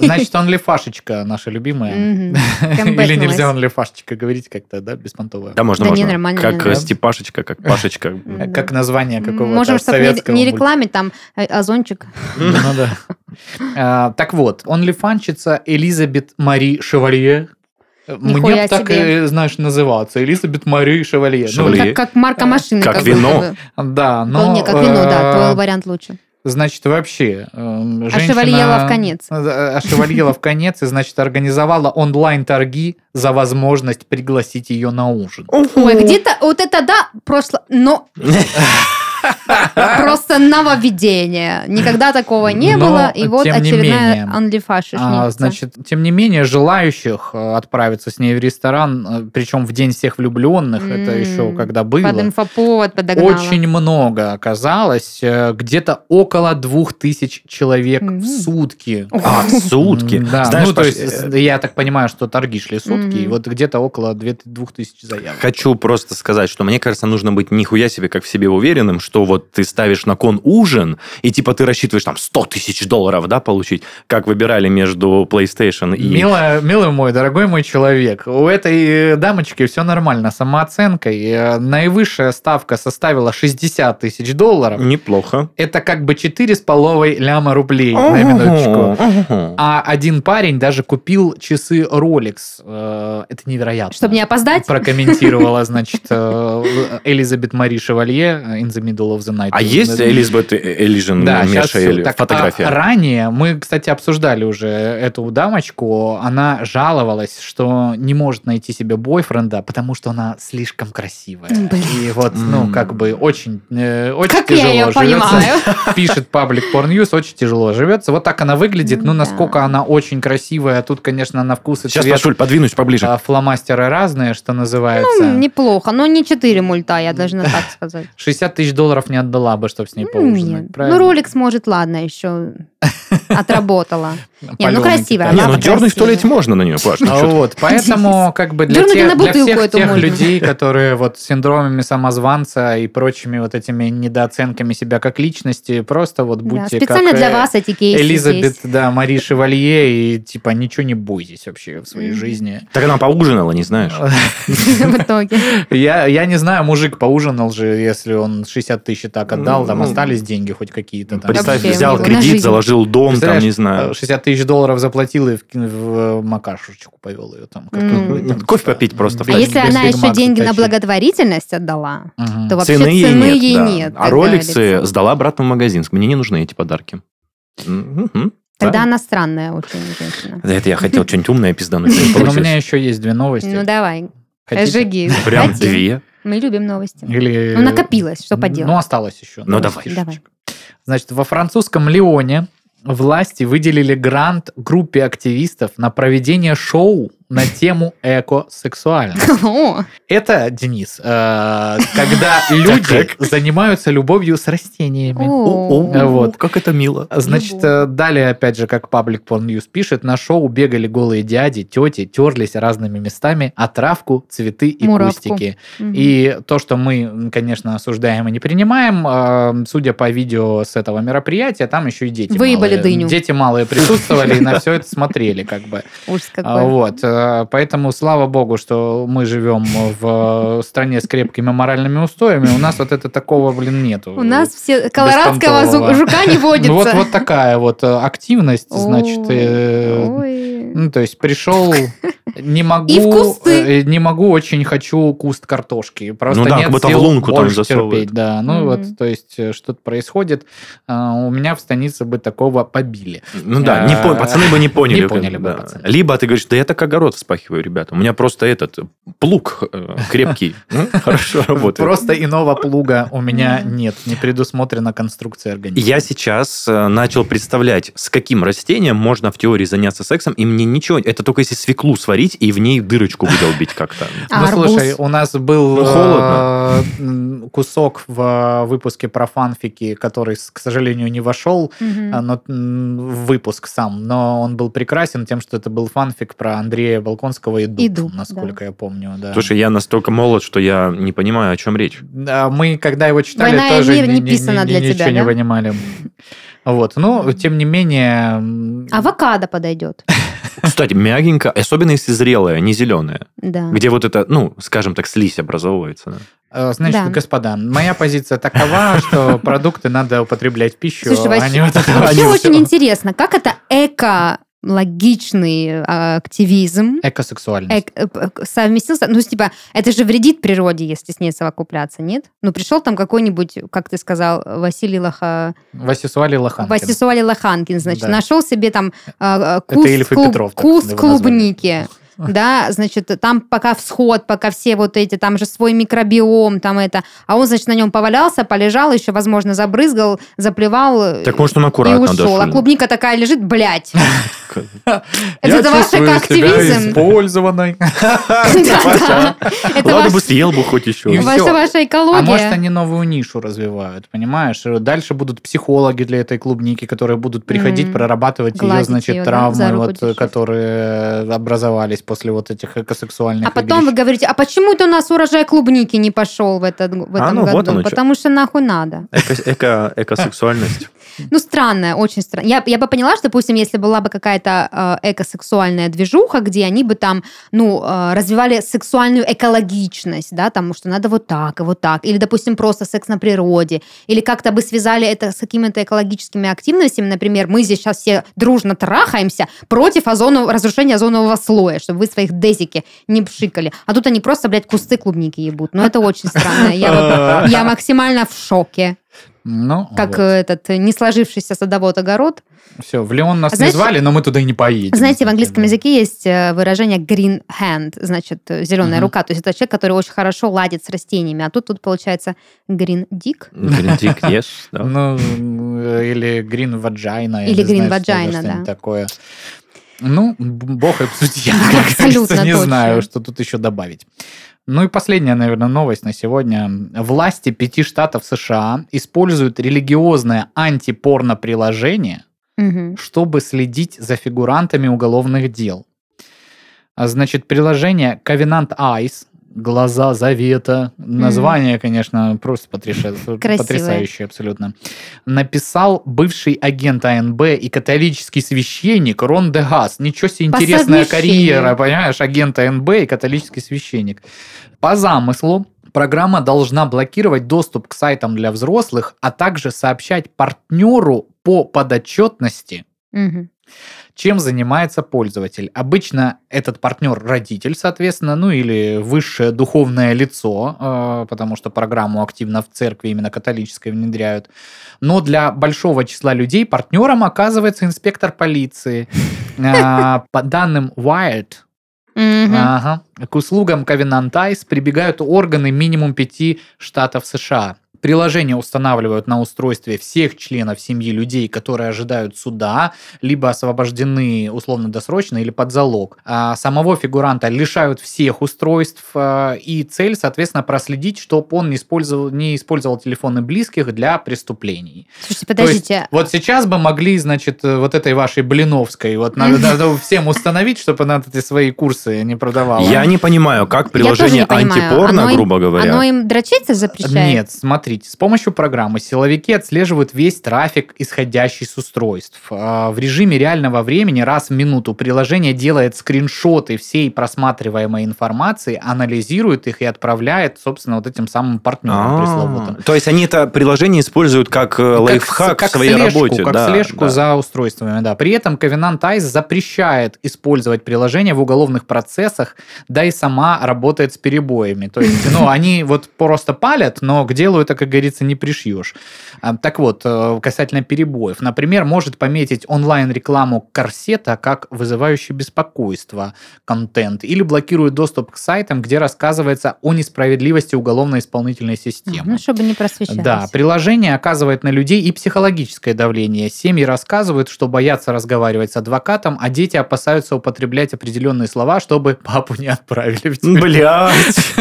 Speaker 2: Значит, он лифашечка наша любимая.
Speaker 1: Мгм.
Speaker 2: Или
Speaker 1: Камбэкнулась.
Speaker 2: нельзя он лифашечка говорить как-то, да, беспонтовая.
Speaker 3: Да, можно,
Speaker 1: Да не,
Speaker 3: можно.
Speaker 1: нормально,
Speaker 3: Как
Speaker 1: нормально.
Speaker 3: э, Степашечка, как Пашечка.
Speaker 1: М.
Speaker 2: Как название какого-то
Speaker 1: Можем, чтобы
Speaker 2: советского
Speaker 1: не- не
Speaker 2: мульти-
Speaker 1: рекламе, там э, озончик.
Speaker 2: Ну да. А, Так вот, онлифанщица Элизабет Мари Шевалье.
Speaker 1: Нихуя
Speaker 2: Мне б так,
Speaker 1: себе.
Speaker 2: э, знаешь, называться. Элизабет Мари Шевалье. Ну,
Speaker 3: Шевалье.
Speaker 1: Как, как марка машины.
Speaker 3: Как
Speaker 1: будто
Speaker 3: вино.
Speaker 1: бы.
Speaker 2: Да, но...
Speaker 1: Вполне как вино, да.
Speaker 2: э,
Speaker 1: Твой вариант лучше.
Speaker 2: Значит, вообще, эм,
Speaker 1: А
Speaker 2: женщина...
Speaker 1: шевальела в конец.
Speaker 2: Э, А шевальела в конец, и, значит, организовала онлайн-торги за возможность пригласить ее на ужин.
Speaker 1: Ой, где-то вот это да, прошло, но просто нововведение. Никогда такого не
Speaker 2: Но,
Speaker 1: было, и вот
Speaker 2: тем не
Speaker 1: очередная
Speaker 2: менее.
Speaker 1: анлифашечница.
Speaker 2: А, значит, тем не менее, желающих э, отправиться с ней в ресторан, э, причем в день всех влюбленных, это
Speaker 1: М,
Speaker 2: еще когда
Speaker 1: под
Speaker 2: было,
Speaker 1: инфоповод подогнала.
Speaker 2: очень много оказалось, э, где-то около двух тысяч человек
Speaker 1: Мгм.
Speaker 2: в сутки.
Speaker 3: А, сутки.
Speaker 2: М, Да,
Speaker 3: Знаешь,
Speaker 2: ну, то
Speaker 3: Паш,
Speaker 2: есть,
Speaker 3: э,
Speaker 2: с- я так понимаю, что торги шли сутки,
Speaker 1: Мгм.
Speaker 2: и вот где-то около две- двух тысяч заявок.
Speaker 3: Хочу просто сказать, что мне кажется, нужно быть нихуя себе как в себе уверенным, что вот ты ставишь на кон ужин, и типа ты рассчитываешь там 100 тысяч долларов, да, получить, как выбирали между PlayStation и...
Speaker 2: Милая- милый мой, дорогой мой человек, у этой э, дамочки все нормально с самооценкой. Э, Наивысшая ставка составила 60 тысяч долларов.
Speaker 3: Неплохо.
Speaker 2: это как бы 4,5 ляма рублей на минуточку.
Speaker 3: минуточку.
Speaker 2: А один парень даже купил часы Rolex. Э, Это невероятно.
Speaker 1: Чтобы не опоздать?
Speaker 2: Прокомментировала, значит, э, Элизабет Мари Шевалье э, in the middle of the night.
Speaker 3: А есть Элизабет Э- Элижин
Speaker 2: Да, сейчас
Speaker 3: Мишель фотография?
Speaker 2: а ранее мы, кстати, обсуждали уже эту дамочку. Она жаловалась, что не может найти себе бойфренда, потому что она слишком красивая.
Speaker 1: Блин.
Speaker 2: И вот, ну,
Speaker 3: М.
Speaker 2: как бы очень, э, очень
Speaker 1: Как
Speaker 2: тяжело
Speaker 1: я ее
Speaker 2: живется.
Speaker 1: понимаю. Хм,
Speaker 2: пишет паблик Porn News, очень тяжело живется. Вот так она выглядит, ну,
Speaker 1: М-да.
Speaker 2: насколько она очень красивая. Тут, конечно, на вкус и
Speaker 3: Сейчас,
Speaker 2: цвет
Speaker 3: Пашуль, подвинусь поближе.
Speaker 2: а, фломастеры разные, что называется.
Speaker 1: М, Неплохо, но Ну, не 4 мульта, я должна так сказать.
Speaker 2: 60 тысяч долларов не отдала бы, чтобы с ней
Speaker 1: М,
Speaker 2: поужинать.
Speaker 1: нет. Ну,
Speaker 2: правильно?
Speaker 1: ролик сможет, ладно, еще отработала. Не, ну
Speaker 2: палёный
Speaker 1: красивая,
Speaker 2: китай.
Speaker 3: Не, ну
Speaker 1: Лапа
Speaker 3: дернуть в
Speaker 1: красивая.
Speaker 3: туалете можно на нее, Паш. ну
Speaker 2: А
Speaker 3: чё ты.
Speaker 2: Вот, поэтому как бы для,
Speaker 1: Дернуть
Speaker 2: тех-
Speaker 1: на
Speaker 2: для
Speaker 1: бутылку
Speaker 2: всех
Speaker 1: эту
Speaker 2: тех
Speaker 1: можно.
Speaker 2: людей, которые вот с синдромами самозванца и прочими вот этими недооценками себя как личности, просто вот
Speaker 1: Да,
Speaker 2: будьте
Speaker 1: Специально
Speaker 2: как,
Speaker 1: для
Speaker 2: э,
Speaker 1: вас эти кейсы
Speaker 2: Элизабет,
Speaker 1: здесь.
Speaker 2: да, Мари Шевалье, и типа ничего не бойтесь вообще в своей
Speaker 1: Мгм.
Speaker 2: жизни.
Speaker 3: Так она поужинала, не знаешь.
Speaker 1: в итоге.
Speaker 2: Я, я не знаю, мужик поужинал же, если он 60 тысяч и так отдал, там
Speaker 3: Ну,
Speaker 2: остались деньги хоть какие-то. Там.
Speaker 3: Представь,
Speaker 1: Вообще, ну, у
Speaker 3: взял
Speaker 1: него на
Speaker 3: кредит,
Speaker 1: жизнь.
Speaker 3: заложил дом, там,
Speaker 2: Представляешь,
Speaker 3: не знаю.
Speaker 2: 60 э, тысяч долларов заплатил и в, в э, Макашечку повел ее там.
Speaker 1: М.
Speaker 2: какую-нибудь там,
Speaker 3: Кофе
Speaker 2: типа,
Speaker 3: попить просто в
Speaker 1: А
Speaker 3: Без
Speaker 1: если она
Speaker 2: Биг
Speaker 1: еще
Speaker 2: Мак
Speaker 1: деньги на
Speaker 2: затащить.
Speaker 1: благотворительность отдала,
Speaker 2: Мгм.
Speaker 1: то вообще
Speaker 3: Цены ей нет. да.
Speaker 1: нет,
Speaker 3: А
Speaker 1: как
Speaker 3: роликсы
Speaker 1: говорится.
Speaker 3: сдала обратно в магазин. Мне не нужны эти подарки. Мгм.
Speaker 1: Тогда
Speaker 3: Да.
Speaker 1: она странная очень женщина.
Speaker 3: Да это я хотел что-нибудь умное пиздануть.
Speaker 2: Ну,
Speaker 3: не
Speaker 2: У меня
Speaker 3: получилось.
Speaker 2: еще есть две новости.
Speaker 1: Ну давай,
Speaker 2: Хотите? Ну,
Speaker 1: жги.
Speaker 3: Прям
Speaker 1: Хотим.
Speaker 3: две.
Speaker 1: Мы любим новости.
Speaker 2: Или...
Speaker 1: Ну накопилось, что
Speaker 2: Э, Ну,
Speaker 1: поделать.
Speaker 2: осталось еще.
Speaker 3: Ну,
Speaker 2: Новости.
Speaker 3: давай.
Speaker 1: Давай.
Speaker 2: Значит, во французском Лионе власти выделили грант группе активистов на проведение шоу на тему экосексуальности.
Speaker 1: О,
Speaker 2: Это, Денис, э, когда люди занимаются любовью с растениями.
Speaker 1: о.
Speaker 2: Э, вот.
Speaker 3: Как это мило.
Speaker 2: Значит, э, далее, опять же, как паблик News пишет, на шоу бегали голые дяди, тети, терлись разными местами, а травку, цветы и
Speaker 1: Муравку.
Speaker 2: кустики.
Speaker 1: Мгм.
Speaker 2: И то, что мы, м, конечно, осуждаем и не принимаем, э, судя по видео с этого мероприятия, там еще и дети
Speaker 1: Выебали
Speaker 2: малые.
Speaker 1: дыню.
Speaker 2: Дети малые присутствовали и на все это смотрели, как бы.
Speaker 1: Ужас
Speaker 2: А,
Speaker 1: какой.
Speaker 2: Вот, э, поэтому слава богу, что мы живем в э, стране с крепкими моральными устоями. У нас вот это такого, блин, нету.
Speaker 1: У нас все колорадского
Speaker 2: беспонтового.
Speaker 1: зу- жука не водится.
Speaker 2: э, Ну, вот вот такая вот э, активность,
Speaker 1: Ой,
Speaker 2: значит, э,
Speaker 1: ой.
Speaker 2: ну, то есть пришел, не могу,
Speaker 1: И в кусты.
Speaker 2: э, не могу, очень хочу куст картошки. Просто
Speaker 3: Ну да,
Speaker 2: нет
Speaker 3: как будто в
Speaker 2: сил
Speaker 3: лунку там
Speaker 2: больше
Speaker 3: засовывают.
Speaker 2: терпеть, Да, ну
Speaker 1: Мгм.
Speaker 2: вот, то есть э, что-то происходит. А, У меня в станице бы такого побили.
Speaker 3: Ну да, не пон-
Speaker 2: Э,
Speaker 3: пацаны бы не поняли.
Speaker 2: не поняли бы
Speaker 3: Да.
Speaker 2: пацаны.
Speaker 3: Либо ты говоришь, да я так огород вспахиваю, ребята. У меня просто этот плуг э, крепкий. Ну, Хорошо работает.
Speaker 2: Просто иного плуга у меня
Speaker 1: Мгм.
Speaker 2: нет, не предусмотрена конструкция организма.
Speaker 3: Я сейчас э, начал представлять, с каким растением можно в теории заняться сексом, и мне ничего... Это только если свеклу сварить и в ней дырочку выдолбить как-то.
Speaker 2: Ну,
Speaker 1: А арбуз?
Speaker 2: слушай, у нас был
Speaker 3: Ну, холодно.
Speaker 2: э, м, кусок в э, выпуске про фанфики, который, с- к сожалению, не вошел
Speaker 1: Мгм.
Speaker 2: а, но, м, в выпуск сам, но он был прекрасен тем, что это был фанфик про Андрея Балконского и Дуб,
Speaker 1: И Дуб,
Speaker 2: насколько я помню. Да.
Speaker 3: Слушай, я настолько молод, что я не понимаю, о чем речь.
Speaker 2: Да, мы, когда его читали,
Speaker 1: «Война и
Speaker 2: тоже
Speaker 1: мир»
Speaker 2: ни-
Speaker 1: не
Speaker 2: ни-
Speaker 1: писана
Speaker 2: ни-
Speaker 1: для
Speaker 2: ничего
Speaker 1: тебя,
Speaker 2: не
Speaker 1: да?
Speaker 2: понимали. Вот, но тем не менее... м,
Speaker 1: Авокадо подойдет.
Speaker 3: Кстати, мягенько, особенно если зрелая, а не зеленая,
Speaker 1: Да.
Speaker 3: где вот это, ну, скажем так, слизь образовывается. да.
Speaker 2: э, Значит,
Speaker 1: Да.
Speaker 2: господа, моя позиция такова, что продукты надо употреблять в пищу,
Speaker 1: Слушай,
Speaker 2: а
Speaker 1: вообще-
Speaker 2: не вот это вот
Speaker 1: Ну, Вообще
Speaker 2: всё.
Speaker 1: очень интересно, как это экологичный а, активизм
Speaker 2: Экосексуальность.
Speaker 1: эк- э, п- совместился, ну, типа, это же вредит природе, если с ней совокупляться, нет? Ну, пришел там какой-нибудь, как ты сказал, Василий Лоха...
Speaker 2: Васисуали Лоханкин.
Speaker 1: Васисуали Лоханкин, значит,
Speaker 2: Да.
Speaker 1: нашел себе там а, а,
Speaker 2: Это
Speaker 1: куст,
Speaker 2: Ильф и
Speaker 1: клуб-
Speaker 2: Петров, так
Speaker 1: куст
Speaker 2: его назвали.
Speaker 1: клубники. Да, значит, там пока всход, пока все вот эти, там же свой микробиом, там это. А он, значит, на нем повалялся, полежал, еще, возможно, забрызгал, заплевал.
Speaker 3: Так может он
Speaker 1: и
Speaker 3: аккуратно
Speaker 1: ушел. А
Speaker 3: даже.
Speaker 1: клубника такая лежит, блядь.
Speaker 2: Я
Speaker 1: Это ваш
Speaker 2: чувствую себя
Speaker 1: экоактивизм.
Speaker 2: использованной.
Speaker 1: Да, да. Это
Speaker 3: Ладно
Speaker 1: ваш-
Speaker 3: бы съел бы хоть
Speaker 2: а? И
Speaker 3: еще.
Speaker 1: ваша-
Speaker 2: всё.
Speaker 1: ваша
Speaker 2: А может,
Speaker 1: экология.
Speaker 2: они новую нишу развивают, понимаешь? Э, Дальше будут психологи для этой клубники, которые будут приходить,
Speaker 1: Мгм.
Speaker 2: прорабатывать ее,
Speaker 1: Гладить
Speaker 2: значит,
Speaker 1: её, да, за
Speaker 2: травмы,
Speaker 1: руку
Speaker 2: вот,
Speaker 1: держать.
Speaker 2: которые э, образовались после вот этих экосексуальных
Speaker 1: А потом вы
Speaker 2: игрищ.
Speaker 1: говорите, а почему это у нас урожай клубники не пошел в, этот, в
Speaker 3: А,
Speaker 1: этом
Speaker 3: ну, вот
Speaker 1: году?
Speaker 3: оно чё.
Speaker 1: Потому что нахуй надо.
Speaker 3: Эко- эко- Экосексуальность.
Speaker 1: Ну, странная, очень странная. Я, я бы поняла, что, допустим, если была бы какая-то э, экосексуальная движуха, где они бы там, ну, э, развивали сексуальную экологичность, да, там, что надо вот так и вот так, или, допустим, просто секс на природе, или как-то бы связали это с какими-то экологическими активностями, например, мы здесь сейчас все дружно трахаемся против озонового, разрушения озонового слоя, чтобы вы своих дезики не пшикали. А тут они просто, блядь, кусты клубники ебут. Ну, это очень странно. Я, вот- я максимально в шоке
Speaker 2: Ну,
Speaker 1: как э, этот э, не сложившийся садовод-огород.
Speaker 2: все, в Леон нас
Speaker 1: А знаете-
Speaker 2: не звали, но мы туда и не поедем.
Speaker 1: Знаете, в английском языке есть э, выражение green hand, значит, э, зеленая
Speaker 2: Мгм.
Speaker 1: рука. То есть это человек, который очень хорошо ладит с растениями. А тут, тут получается green dick.
Speaker 3: Гриндик, yes, да.
Speaker 2: Ну, э, или Green Vagina. я
Speaker 1: Или
Speaker 2: не знаю,
Speaker 1: Green
Speaker 2: что это,
Speaker 1: Vagina, да.
Speaker 2: что-нибудь Такое. Ну, б- бог и судья.
Speaker 1: Да,
Speaker 2: как говорится,
Speaker 1: абсолютно
Speaker 2: Не
Speaker 1: точно.
Speaker 2: знаю, что тут еще добавить. Ну и последняя, наверное, новость на сегодня. Власти пяти штатов США используют религиозное антипорно-приложение
Speaker 1: Мгм.
Speaker 2: чтобы следить за фигурантами уголовных дел. А, Значит, приложение Covenant Eyes, Глаза Завета, название, конечно, просто потряша- потрясающее абсолютно, написал бывший агент АНБ и католический священник Рон де Гас. Ничего себе
Speaker 1: По
Speaker 2: интересная
Speaker 1: совмещению.
Speaker 2: карьера, понимаешь, агент АНБ и католический священник. По замыслу, Программа должна блокировать доступ к сайтам для взрослых, а также сообщать партнеру по подотчетности
Speaker 1: Мгм.
Speaker 2: чем занимается пользователь. Обычно этот партнер родитель, соответственно, ну или высшее духовное лицо, э, потому что программу активно в церкви именно католической внедряют. Но для большого числа людей партнером оказывается инспектор полиции. Э, По данным Wired,
Speaker 1: Мгм.
Speaker 2: Ага. К услугам Covenant Eyes прибегают органы минимум пяти штатов США. Приложение устанавливают на устройстве всех членов семьи людей, которые ожидают суда, либо освобождены условно-досрочно или под залог. А самого фигуранта лишают всех устройств, э, и цель, соответственно, проследить, чтобы он не использовал, не использовал телефоны близких для преступлений.
Speaker 1: Слушайте, подождите. а
Speaker 2: Вот сейчас бы могли, значит, э, вот этой вашей Блиновской, вот надо, надо всем установить, чтобы она вот эти свои курсы не продавала.
Speaker 3: Я не понимаю, как приложение
Speaker 1: тоже не понимаю.
Speaker 3: антипорно,
Speaker 1: Оно им-
Speaker 3: грубо говоря.
Speaker 1: Оно им дрочиться запрещает?
Speaker 2: Нет, смотрите, с помощью программы силовики отслеживают весь трафик, исходящий с устройств. А, В режиме реального времени раз в минуту приложение делает скриншоты всей просматриваемой информации, анализирует их и отправляет, собственно, вот этим самым партнерам
Speaker 3: А,
Speaker 2: пресловутым.
Speaker 3: То есть они это приложение используют как э,
Speaker 2: Как
Speaker 3: лайфхак
Speaker 2: с- как
Speaker 3: в своей
Speaker 2: слежку,
Speaker 3: работе.
Speaker 2: Как
Speaker 3: да,
Speaker 2: слежку
Speaker 3: да.
Speaker 2: за устройствами, да. При этом Covenant Eyes запрещает использовать приложение в уголовных процессах, да и сама работает с перебоями. То есть, ну, они вот просто палят, но к делу это, как говорится, не пришьешь. А, Так вот, э, касательно перебоев. Например, может пометить онлайн-рекламу корсета как вызывающий беспокойство контент или блокирует доступ к сайтам, где рассказывается о несправедливости уголовно-исполнительной
Speaker 1: Ага,
Speaker 2: системы.
Speaker 1: Ну, чтобы не просвещать.
Speaker 2: Да, приложение оказывает на людей и психологическое давление. Семьи рассказывают, что боятся разговаривать с адвокатом, а дети опасаются употреблять определенные слова, чтобы папу не отправили в тюрьму.
Speaker 3: Блядь.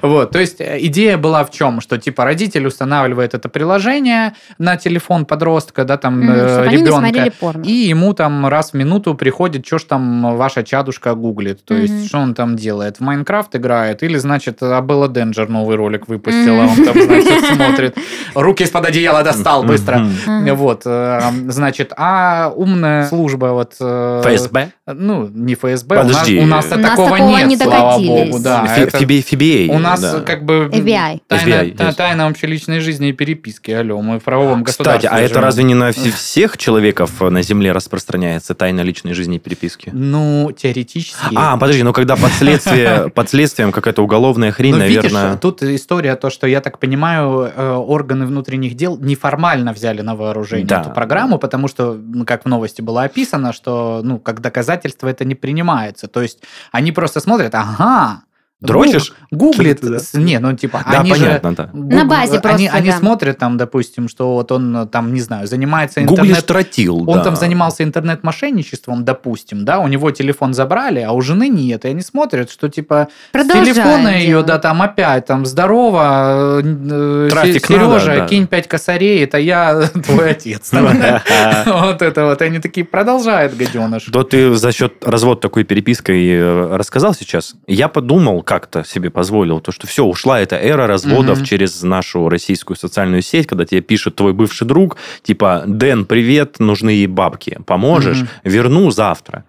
Speaker 2: Вот, то есть э, идея была в чем, что типа родитель устанавливает это приложение на телефон подростка, да, там
Speaker 1: Мгм,
Speaker 2: э,
Speaker 1: чтобы они не смотрели
Speaker 2: ребенка.
Speaker 1: порно.
Speaker 2: И ему там раз в минуту приходит, что ж там ваша чадушка гуглит. То
Speaker 1: Мгм.
Speaker 2: есть, что он там делает? В Майнкрафт играет? Или, значит, Абелла Денджер новый ролик выпустила, он там, значит, смотрит. Руки из-под одеяла достал быстро.
Speaker 3: Мгм.
Speaker 1: Ага.
Speaker 2: Вот, э, значит, а умная служба вот... э,
Speaker 3: ФСБ?
Speaker 2: Ну, не ФСБ, у нас-
Speaker 3: Подожди.
Speaker 2: у нас-то
Speaker 1: У нас
Speaker 2: такого
Speaker 1: такого
Speaker 2: нет,
Speaker 1: не
Speaker 2: слава
Speaker 1: докатились.
Speaker 2: богу. да,
Speaker 3: Фи-
Speaker 2: это-
Speaker 3: FBA, FBA,
Speaker 2: у нас
Speaker 3: да.
Speaker 2: как бы
Speaker 1: FBI.
Speaker 2: Тайна,
Speaker 3: FBI,
Speaker 2: та-
Speaker 3: yes.
Speaker 2: тайна вообще личной жизни и переписки, алло, мы в правовом
Speaker 3: Кстати,
Speaker 2: государстве.
Speaker 3: а это
Speaker 2: живем.
Speaker 3: разве не на вс- всех человеков э, на Земле распространяется тайна личной жизни и переписки?
Speaker 2: Ну, теоретически.
Speaker 3: А, подожди, ну когда под, следствие, под следствием какая-то уголовная хрень,
Speaker 2: Ну,
Speaker 3: наверное...
Speaker 2: видишь, тут история то, что, я так понимаю, э, органы внутренних дел неформально взяли на вооружение
Speaker 3: Да.
Speaker 2: эту программу, потому что, ну, как в новости было описано, что, ну, как доказательство это не принимается. То есть они просто смотрят, ага,
Speaker 3: Дрочишь?
Speaker 2: гуг- гуглит,
Speaker 3: Да.
Speaker 2: с- не, ну, типа,
Speaker 3: да,
Speaker 2: они же
Speaker 3: понятно, да.
Speaker 2: Гугл-
Speaker 1: На базе
Speaker 2: они,
Speaker 1: просто,
Speaker 2: они
Speaker 1: да.
Speaker 2: смотрят там, допустим, что вот он э, там, не знаю, занимается
Speaker 3: Гуглишь
Speaker 2: интернет...
Speaker 3: тротил,
Speaker 2: Он
Speaker 3: да.
Speaker 2: там занимался интернет-мошенничеством, допустим, да, у него телефон забрали, а у жены нет, и они смотрят, что типа
Speaker 1: Продолжаем
Speaker 2: с телефона
Speaker 1: дело.
Speaker 2: ее, да, там опять, там, здорово, э, э,
Speaker 3: Трафик
Speaker 2: Се- Сережа,
Speaker 3: надо, да. Ну,
Speaker 2: кинь пять косарей, это я твой отец. там, да. Вот это вот, они такие продолжают, гаденыш.
Speaker 3: Да ты за счет развод такой перепиской э, рассказал сейчас. Я подумал как-то себе позволил, то что все, ушла эта эра разводов
Speaker 2: Мгм.
Speaker 3: через нашу российскую социальную сеть, когда тебе пишет твой бывший друг, типа, Дэн, привет, нужны ей бабки, поможешь,
Speaker 2: Мгм.
Speaker 3: верну завтра.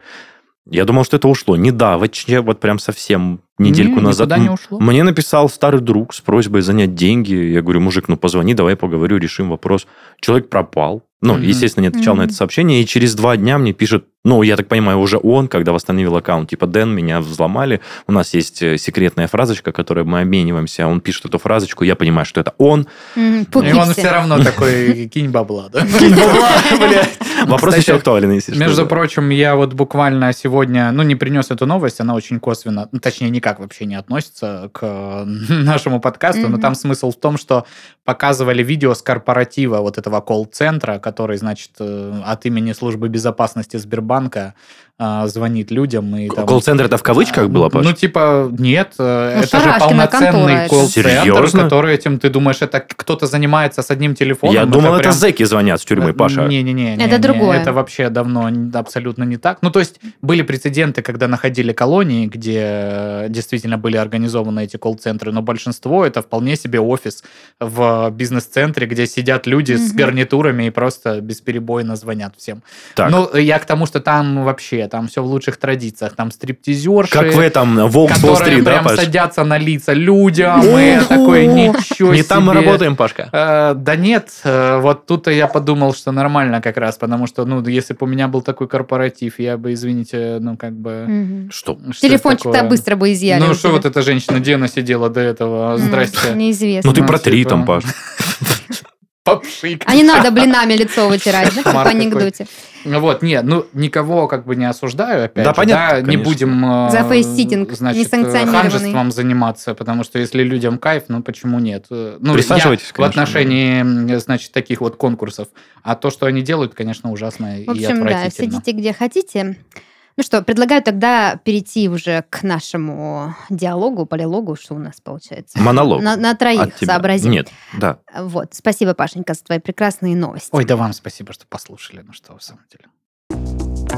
Speaker 3: Я думал, что это ушло. Не да, вообще вот прям совсем недельку
Speaker 2: Не,
Speaker 3: назад.
Speaker 2: никуда не
Speaker 3: м,
Speaker 2: ушло.
Speaker 3: Мне написал старый друг с просьбой занять деньги. Я говорю, мужик, ну позвони, давай поговорю, решим вопрос. Человек пропал. Ну,
Speaker 2: Мгм.
Speaker 3: естественно, не отвечал на это
Speaker 1: Мгм.
Speaker 3: сообщение. И через два дня мне пишет, ну, я так понимаю, уже он, когда восстановил аккаунт, типа, Дэн, меня взломали. У нас есть э, секретная фразочка, которой мы обмениваемся. Он пишет эту фразочку, я понимаю, что это он.
Speaker 1: Мгм, пуки
Speaker 2: И он
Speaker 1: все.
Speaker 2: все равно такой, кинь бабла, да?
Speaker 3: Вопрос
Speaker 2: Кстати,
Speaker 3: еще актуален, если что,
Speaker 2: Между
Speaker 3: да.
Speaker 2: прочим, я вот буквально сегодня, ну, не принес эту новость, она очень косвенно, ну, точнее, никак вообще не относится к э, нашему подкасту, но
Speaker 1: Мгм.
Speaker 2: там смысл в том, что показывали видео с корпоратива вот этого колл-центра, который, значит, э, от имени службы безопасности Сбербанка э, звонит людям и там...
Speaker 3: Колл-центр это в кавычках было, Паш?
Speaker 2: Ну, типа, нет, э,
Speaker 1: Ну,
Speaker 2: это же
Speaker 1: шарашкина контора
Speaker 2: полноценный
Speaker 1: это.
Speaker 2: колл-центр,
Speaker 3: Серьезно?
Speaker 2: который этим, ты думаешь, это кто-то занимается с одним телефоном?
Speaker 3: я думал, это
Speaker 2: прям-
Speaker 3: зэки звонят с тюрьмы, Паша.
Speaker 2: Э, Не-не-не.
Speaker 1: Это другое.
Speaker 2: Это вообще давно н- абсолютно не так. Ну, то есть были прецеденты, когда находили колонии, где э, действительно были организованы эти колл-центры, но большинство это вполне себе офис в бизнес-центре, где сидят люди с
Speaker 1: Мгм.
Speaker 2: гарнитурами и просто бесперебойно звонят всем.
Speaker 3: Так.
Speaker 2: Ну, я к тому, что там вообще, там все в лучших традициях, там стриптизерши,
Speaker 3: Как в этом, э, Волк с
Speaker 2: которые
Speaker 3: Уолл-стрит, да,
Speaker 2: прям
Speaker 3: Паш?
Speaker 2: садятся на лица людям, и
Speaker 3: Ого!
Speaker 2: такое, ничего
Speaker 3: Не там мы
Speaker 2: себе».
Speaker 3: работаем, Пашка.
Speaker 2: Э, Да нет, э, вот тут-то я подумал, что нормально как раз, потому что, ну, если бы у меня был такой корпоратив, я бы, извините, ну, как бы...
Speaker 1: Мгм.
Speaker 3: Что?
Speaker 2: что
Speaker 1: Телефончик-то
Speaker 2: такое?
Speaker 1: быстро бы изъяли.
Speaker 2: Ну,
Speaker 1: у
Speaker 2: что
Speaker 1: тебя.
Speaker 2: вот эта женщина, где она сидела до этого?
Speaker 1: М,
Speaker 2: Здрасте.
Speaker 1: Неизвестно.
Speaker 3: Ну ты
Speaker 2: Ну,
Speaker 3: про три
Speaker 2: типа,
Speaker 3: там, Паш.
Speaker 2: Попшик.
Speaker 1: А не надо блинами лицо вытирать, да, как
Speaker 2: Кошмар
Speaker 1: в анекдоте.
Speaker 2: Вот, нет, ну, никого как бы не осуждаю, опять
Speaker 3: Да,
Speaker 2: же,
Speaker 3: понятно,
Speaker 2: да, не
Speaker 3: конечно.
Speaker 2: будем... э,
Speaker 1: За фейс-ситинг
Speaker 2: значит, э,
Speaker 1: несанкционированный.
Speaker 2: ханжеством заниматься, потому что если людям кайф, ну, почему нет? Э, Ну,
Speaker 3: Присаживайтесь,
Speaker 2: я
Speaker 3: конечно,
Speaker 2: в отношении, м, значит, таких вот конкурсов. А то, что они делают, конечно, ужасно
Speaker 1: В
Speaker 2: и
Speaker 1: общем, да,
Speaker 2: отвратительно.
Speaker 1: сидите где хотите. Ну что, предлагаю тогда перейти уже к нашему диалогу, полилогу, что у нас получается.
Speaker 3: Монолог.
Speaker 1: На, на
Speaker 3: От
Speaker 1: троих
Speaker 3: тебя.
Speaker 1: сообразим.
Speaker 3: Нет, да.
Speaker 1: Вот, спасибо, Пашенька, за твои прекрасные новости.
Speaker 2: Ой, да вам спасибо, что послушали. Ну что, в самом деле.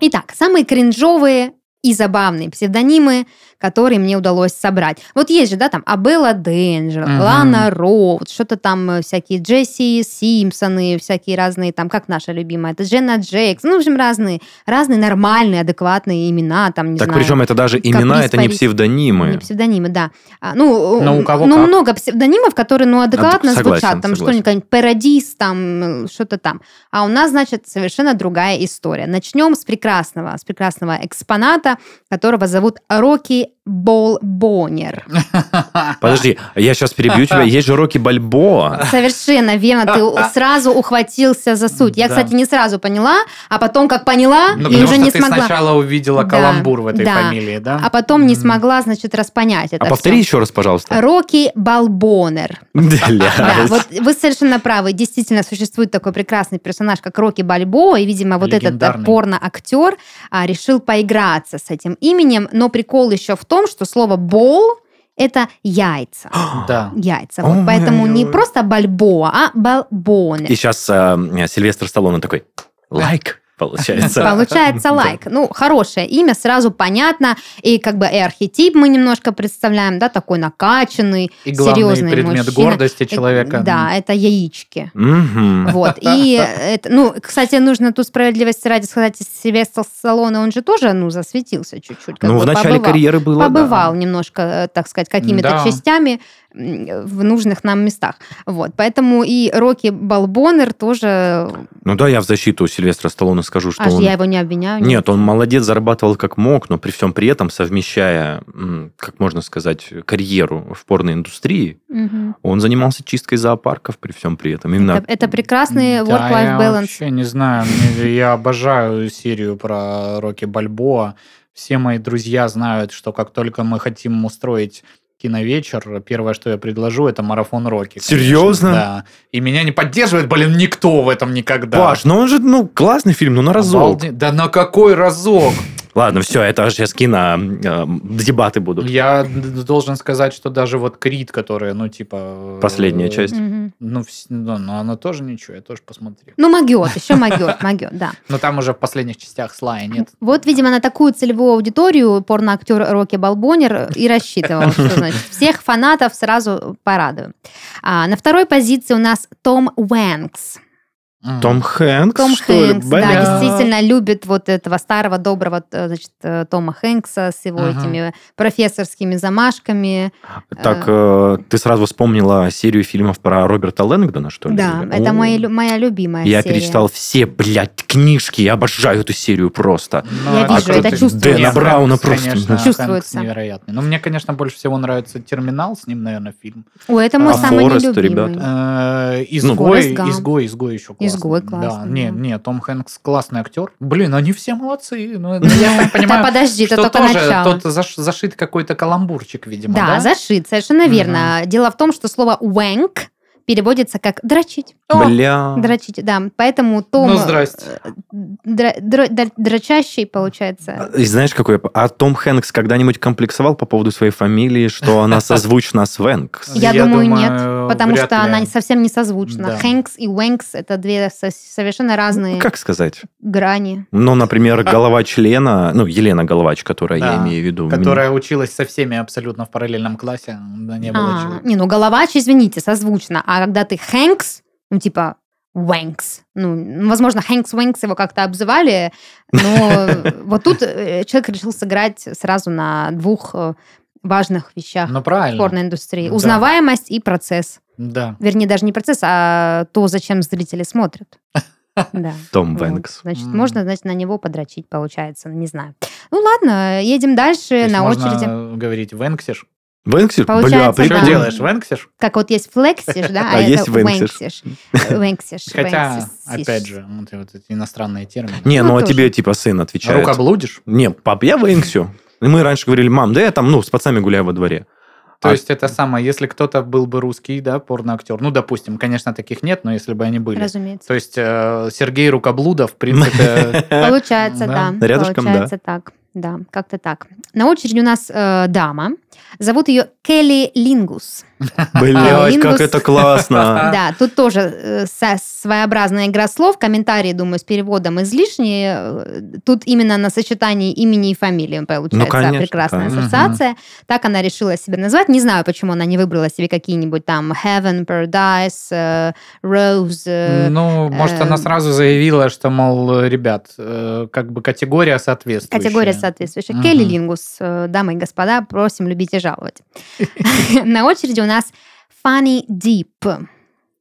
Speaker 1: Итак, самые кринжовые и забавные псевдонимы, которые мне удалось собрать. Вот есть же, да, там Абелла Денджер,
Speaker 2: Мгм.
Speaker 1: Лана Роуд, что-то там э, всякие Джесси Симпсоны, всякие разные, там, как наша любимая, это Дженна Джейкс, ну, в общем, разные, разные нормальные, адекватные имена, там, не
Speaker 3: Так
Speaker 1: знаю.
Speaker 3: причем это даже имена,
Speaker 1: Каприз
Speaker 3: это не
Speaker 1: Парис.
Speaker 3: псевдонимы.
Speaker 1: Не псевдонимы, да. А, ну,
Speaker 2: Но
Speaker 1: э,
Speaker 2: у кого
Speaker 1: ну,
Speaker 2: как.
Speaker 1: много псевдонимов, которые, ну, адекватно
Speaker 3: Адек- согласен,
Speaker 1: звучат. Там
Speaker 3: согласен.
Speaker 1: что-нибудь, парадис, там, э, что-то там. А у нас, значит, совершенно другая история. Начнем с прекрасного, с прекрасного экспоната, которого зовут Рокки Бол Боннер.
Speaker 3: Подожди, я сейчас перебью тебя. Есть же Рокки Бальбоа. А
Speaker 1: Совершенно верно, ты у- сразу ухватился за суть. Я,
Speaker 2: Да.
Speaker 1: кстати, не сразу поняла, а потом как поняла
Speaker 2: Ну,
Speaker 1: и
Speaker 2: потому
Speaker 1: уже
Speaker 2: что
Speaker 1: не
Speaker 2: ты
Speaker 1: смогла.
Speaker 2: сначала увидела
Speaker 1: Да,
Speaker 2: каламбур в этой
Speaker 1: да.
Speaker 2: фамилии, да?
Speaker 1: А потом не
Speaker 2: М.
Speaker 1: смогла, значит, распонять это.
Speaker 3: А
Speaker 1: всё.
Speaker 3: повтори еще раз, пожалуйста.
Speaker 1: Рокки Балбонер. Да,
Speaker 3: Блядь.
Speaker 1: вот вы совершенно правы. Действительно, существует такой прекрасный персонаж, как Рокки Бальбоа, и, видимо, вот этот э,
Speaker 2: Легендарный.
Speaker 1: порно-актер а, решил поиграться с этим именем. Но прикол еще в том, что слово «бол» — это яйца.
Speaker 2: Да.
Speaker 1: Яйца. Вот,
Speaker 3: Ой,
Speaker 1: поэтому не
Speaker 3: ой.
Speaker 1: просто Бальбоа, а Балбонер.
Speaker 3: И сейчас Сильвестр Сталлоне такой, лайк, получается.
Speaker 1: Получается
Speaker 3: а, Да.
Speaker 1: лайк. Ну, хорошее имя, сразу понятно. И как бы и архетип мы немножко представляем, да, такой накачанный.
Speaker 2: И главный
Speaker 1: Серьезный
Speaker 2: предмет
Speaker 1: мужчина.
Speaker 2: гордости
Speaker 1: Э,
Speaker 2: человека.
Speaker 1: Да, это яички.
Speaker 3: Мгм.
Speaker 1: Вот. И это, ну, кстати, нужно тут справедливости ради сказать, Сильвестр Сталлоне, он же тоже, ну, засветился чуть-чуть. как
Speaker 3: Ну,
Speaker 1: бы
Speaker 3: в начале
Speaker 1: побывал.
Speaker 3: карьеры было, да.
Speaker 1: Побывал немножко, э, так сказать, какими-то
Speaker 2: Да.
Speaker 1: частями м, в нужных нам местах. Вот, поэтому и Рокки Балбонер тоже,
Speaker 3: Ну да, я в защиту Сильвестра Сталлоне скажу, что
Speaker 1: аж
Speaker 3: он...
Speaker 1: я его не обвиняю.
Speaker 3: Нет, он молодец, зарабатывал как мог, но при всем при этом, совмещая, м, как можно сказать, карьеру в порноиндустрии,
Speaker 1: Мгм.
Speaker 3: он занимался чисткой зоопарков при всем при этом. Именно
Speaker 1: Это, это прекрасный
Speaker 2: Да,
Speaker 1: work-life
Speaker 2: я
Speaker 1: balance.
Speaker 2: вообще не знаю. Мне- Я обожаю серию про Рокки Бальбоа. Все мои друзья знают, что как только мы хотим устроить киновечер, первое, что я предложу, это марафон Рокки. конечно.
Speaker 3: Серьезно?
Speaker 2: Да. И меня не поддерживает, блин, никто в этом никогда.
Speaker 3: Паш, ну он же, ну, классный фильм, ну на разок.
Speaker 2: Обалде- Да на какой разок?
Speaker 3: Ладно, все, это сейчас кино, э, дебаты будут.
Speaker 2: Я д- должен сказать, что даже вот Крид, которая, ну, типа... э,
Speaker 3: Последняя часть.
Speaker 1: Мгм.
Speaker 2: Ну, вс- ну, ну, она тоже ничего, я тоже посмотрел.
Speaker 1: Ну, могет, еще могет, могет, да.
Speaker 2: Но там уже в последних частях слая нет.
Speaker 1: Вот, видимо, на такую целевую аудиторию порноактер Рокки Балбонер и рассчитывал, что значит. Всех фанатов сразу порадуем. А на второй позиции у нас Том Уэнкс.
Speaker 2: М.
Speaker 3: Том Хэнкс,
Speaker 1: Том
Speaker 3: что ли?
Speaker 1: Хэнкс, да,
Speaker 3: Бля.
Speaker 1: действительно любит вот этого старого доброго э, значит, э, Тома Хэнкса с его
Speaker 2: Ага.
Speaker 1: этими профессорскими замашками.
Speaker 3: Так, э, ты сразу вспомнила серию фильмов про Роберта Лэнгдона, что ли?
Speaker 1: Да,
Speaker 3: О.
Speaker 1: это моя, лю- моя любимая
Speaker 3: Я
Speaker 1: серия.
Speaker 3: перечитал все, блядь, книжки, я обожаю эту серию просто.
Speaker 2: Ну,
Speaker 1: Я
Speaker 2: это
Speaker 1: вижу,
Speaker 2: круто.
Speaker 1: это чувствуется.
Speaker 3: Дэна
Speaker 2: Нет,
Speaker 3: Брауна
Speaker 2: Хэнкс,
Speaker 3: просто.
Speaker 2: Конечно, Хэнкс
Speaker 1: Чувствуется.
Speaker 2: невероятный. Но мне, конечно, больше всего нравится «Терминал», с ним, наверное, фильм.
Speaker 1: О, это мой
Speaker 3: А
Speaker 1: самый
Speaker 3: Форрест,
Speaker 1: нелюбимый.
Speaker 3: ребята?
Speaker 2: Э,
Speaker 3: Ну,
Speaker 1: Форрест
Speaker 2: Изгой,
Speaker 1: Гамп.
Speaker 2: изгой, изгой еще классный.
Speaker 1: Изгой
Speaker 2: Да,
Speaker 1: классный,
Speaker 2: не,
Speaker 1: да.
Speaker 2: не, Том Хэнкс классный актер. Блин, они все молодцы. Ну, я так
Speaker 1: Да
Speaker 2: понимаю,
Speaker 1: подожди, это
Speaker 2: что
Speaker 1: только
Speaker 2: тоже
Speaker 1: начало.
Speaker 2: тот заш- зашит какой-то каламбурчик, видимо,
Speaker 1: Да,
Speaker 2: Типа, да?
Speaker 1: зашит, совершенно верно. Дело в том, что слово «wank» переводится как «дрочить».
Speaker 3: Бля.
Speaker 1: Дрочить, да. Поэтому Том...
Speaker 2: Ну, здрасте.
Speaker 1: э, дра- дро- др- дрочащий, получается.
Speaker 3: И знаешь, какой... я- А Том Хэнкс когда-нибудь комплексовал по поводу своей фамилии, что она созвучна с Вэнкс?
Speaker 1: Я думаю, нет. потому
Speaker 2: вряд
Speaker 1: что
Speaker 2: ли.
Speaker 1: она совсем не созвучна.
Speaker 2: Да. Ну,
Speaker 1: Хэнкс и Уэнкс это две со- совершенно разные
Speaker 3: Ну, Как сказать?
Speaker 1: грани.
Speaker 3: Ну, например, голова члена, ну, Елена Головач, которая я
Speaker 2: А. Да,
Speaker 3: имею в виду.
Speaker 2: Которая училась со всеми абсолютно в параллельном классе. Да не было
Speaker 1: А,
Speaker 2: чего.
Speaker 1: не, ну головач, извините, созвучно. А когда ты Хэнкс, ну типа Уэнкс. Ну, ну, возможно, Хэнкс Уэнкс его как-то обзывали, но вот тут э, человек решил сыграть сразу на двух э, важных вещах
Speaker 2: Ну, правильно.
Speaker 1: порной индустрии.
Speaker 2: Да.
Speaker 1: Узнаваемость и процесс.
Speaker 2: Да.
Speaker 1: Вернее, даже не процесс, а то, зачем зрители смотрят. Да.
Speaker 3: Том
Speaker 1: Вот.
Speaker 3: Вэнкс.
Speaker 1: Значит,
Speaker 2: М.
Speaker 1: можно, значит, на него подрочить, получается. Не знаю. Ну ладно, едем дальше
Speaker 2: То
Speaker 1: Э,
Speaker 2: есть
Speaker 1: на
Speaker 2: можно
Speaker 1: очереди.
Speaker 2: говорить венксиш.
Speaker 3: Вэнксер? Бля, а
Speaker 1: Получается,
Speaker 2: Ты
Speaker 1: да.
Speaker 2: что
Speaker 3: прикольно.
Speaker 2: делаешь, венксиш?
Speaker 1: Как вот есть флексиш, да,
Speaker 3: А есть
Speaker 1: это
Speaker 3: вэнксиш.
Speaker 1: вэнксиш. Вэнксиш,
Speaker 2: Хотя,
Speaker 1: вэнксиш.
Speaker 2: опять же, вот эти иностранные термины.
Speaker 3: Не,
Speaker 1: Ну,
Speaker 3: ну, а
Speaker 1: тоже.
Speaker 3: тебе, типа, сын отвечает.
Speaker 2: Рукоблудишь?
Speaker 3: Не, пап, я Вэнксю. И Мы раньше говорили, мам, да я там, ну, с пацанами гуляю во дворе.
Speaker 2: То
Speaker 3: А-
Speaker 2: есть это самое, если кто-то был бы русский, да, порноактер. Ну, допустим, конечно, таких нет, но если бы они были.
Speaker 1: Разумеется.
Speaker 2: То есть э, Сергей Рукоблудов, в принципе,
Speaker 1: Получается,
Speaker 2: Да.
Speaker 1: да.
Speaker 3: э, Рядышком, да.
Speaker 1: Получается так. Да, как-то так. На очереди у нас э, дама. Зовут ее Келли Лингус.
Speaker 3: Блядь,
Speaker 1: Лингус.
Speaker 3: как это
Speaker 2: А.
Speaker 3: классно.
Speaker 1: Да, тут тоже э, со- своеобразная игра слов. Комментарии, думаю, с переводом излишние. Э, Тут именно на сочетании имени и фамилии получается
Speaker 3: конечно,
Speaker 1: прекрасная
Speaker 2: Ну, конечно.
Speaker 1: ассоциация. Так она решила себя назвать. Не знаю, почему она не выбрала себе какие-нибудь там Heaven, Paradise, э, Rose. э,
Speaker 2: Ну, может,
Speaker 1: э,
Speaker 2: она сразу заявила, что, мол, ребят, э, как бы категория соответствующая.
Speaker 1: Категория соответствующая.
Speaker 2: Мгм.
Speaker 1: Келли Лингус, э, дамы и господа, просим любить и жаловать. На очереди у нас Funny Deep.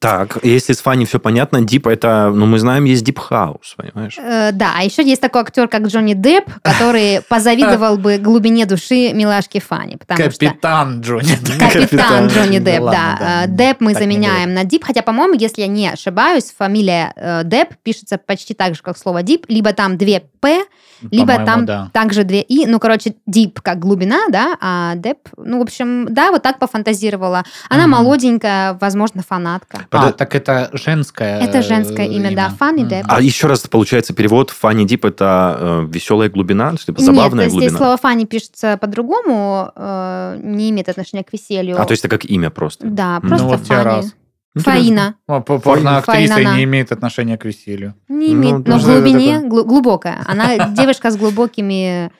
Speaker 3: Так, если с Фанни все понятно, Дип это, ну, мы знаем, есть Дип Хаус, понимаешь?
Speaker 1: Э, Да, а еще есть такой актер, как Джонни Депп, который позавидовал бы глубине души милашки Фанни, потому что...
Speaker 2: Капитан Джонни. Депп.
Speaker 1: Капитан
Speaker 3: Капитан.
Speaker 1: Джонни
Speaker 2: Ну
Speaker 1: Депп,
Speaker 2: ладно,
Speaker 1: да. Э,
Speaker 2: да,
Speaker 1: Депп мы
Speaker 2: так не
Speaker 1: заменяем на Дип, хотя, по-моему, если я не ошибаюсь, фамилия э, Депп пишется почти так же, как слово Дип, либо там две П, Либо
Speaker 2: По-моему,
Speaker 1: там
Speaker 2: да.
Speaker 1: также две и, ну, короче, deep как глубина, да, а деп, ну, в общем, да, вот так пофантазировала. Она
Speaker 2: Мгм.
Speaker 1: молоденькая, возможно, фанатка.
Speaker 2: А,
Speaker 3: Подо-
Speaker 2: так это женское
Speaker 1: Это
Speaker 2: э,
Speaker 1: женское имя, да, Funny
Speaker 2: Мгм.
Speaker 1: Depp.
Speaker 3: А еще раз, получается, перевод Фанни Дип это э, веселая глубина, что типа забавная
Speaker 1: Нет, здесь
Speaker 3: глубина.
Speaker 1: слово фанни пишется по-другому, э, не имеет отношения к веселью.
Speaker 3: А, то есть это как имя просто.
Speaker 1: Да,
Speaker 3: Ну
Speaker 1: просто
Speaker 2: вот тебе
Speaker 1: фанни.
Speaker 2: раз.
Speaker 1: Фаина.
Speaker 2: А, по- Порноактриса
Speaker 1: Файнана.
Speaker 2: не имеет отношения к веселью.
Speaker 1: Не
Speaker 3: Ну,
Speaker 1: имеет, но в
Speaker 2: даже
Speaker 1: глубине глу- глубокая. Она девушка с глубокими...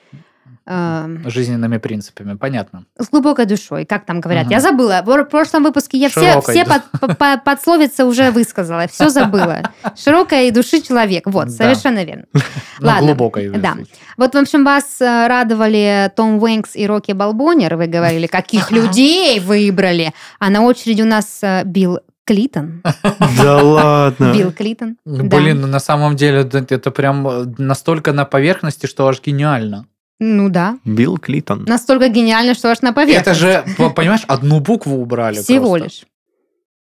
Speaker 1: э,
Speaker 2: Жизненными принципами, понятно.
Speaker 1: С глубокой душой, как там говорят.
Speaker 2: Мгм.
Speaker 1: Я забыла. В прошлом выпуске я все,
Speaker 2: Широкой,
Speaker 1: все
Speaker 2: да.
Speaker 1: под- по- по- подсловицы уже высказала. Все забыла. Широкая и души человек. Вот,
Speaker 2: Да.
Speaker 1: совершенно верно.
Speaker 2: Ну,
Speaker 1: Ладно,
Speaker 2: глубокое. в
Speaker 1: да.
Speaker 2: случае.
Speaker 1: Вот, в общем, вас э, радовали Том Уэнкс и Рокки Балбонер. Вы говорили, каких людей выбрали. А на очереди у нас э, Билл Клитон.
Speaker 2: А,
Speaker 3: Да
Speaker 2: ну.
Speaker 3: ладно.
Speaker 1: Билл Клитон. да.
Speaker 2: Блин, ну, на самом деле да, это прям э, настолько на поверхности, что аж гениально.
Speaker 1: Ну да.
Speaker 3: Билл Клитон.
Speaker 1: Настолько гениально, что аж на
Speaker 2: Это
Speaker 1: поверхность.
Speaker 2: же, по- понимаешь, одну букву убрали
Speaker 1: Всего
Speaker 2: просто.
Speaker 1: лишь.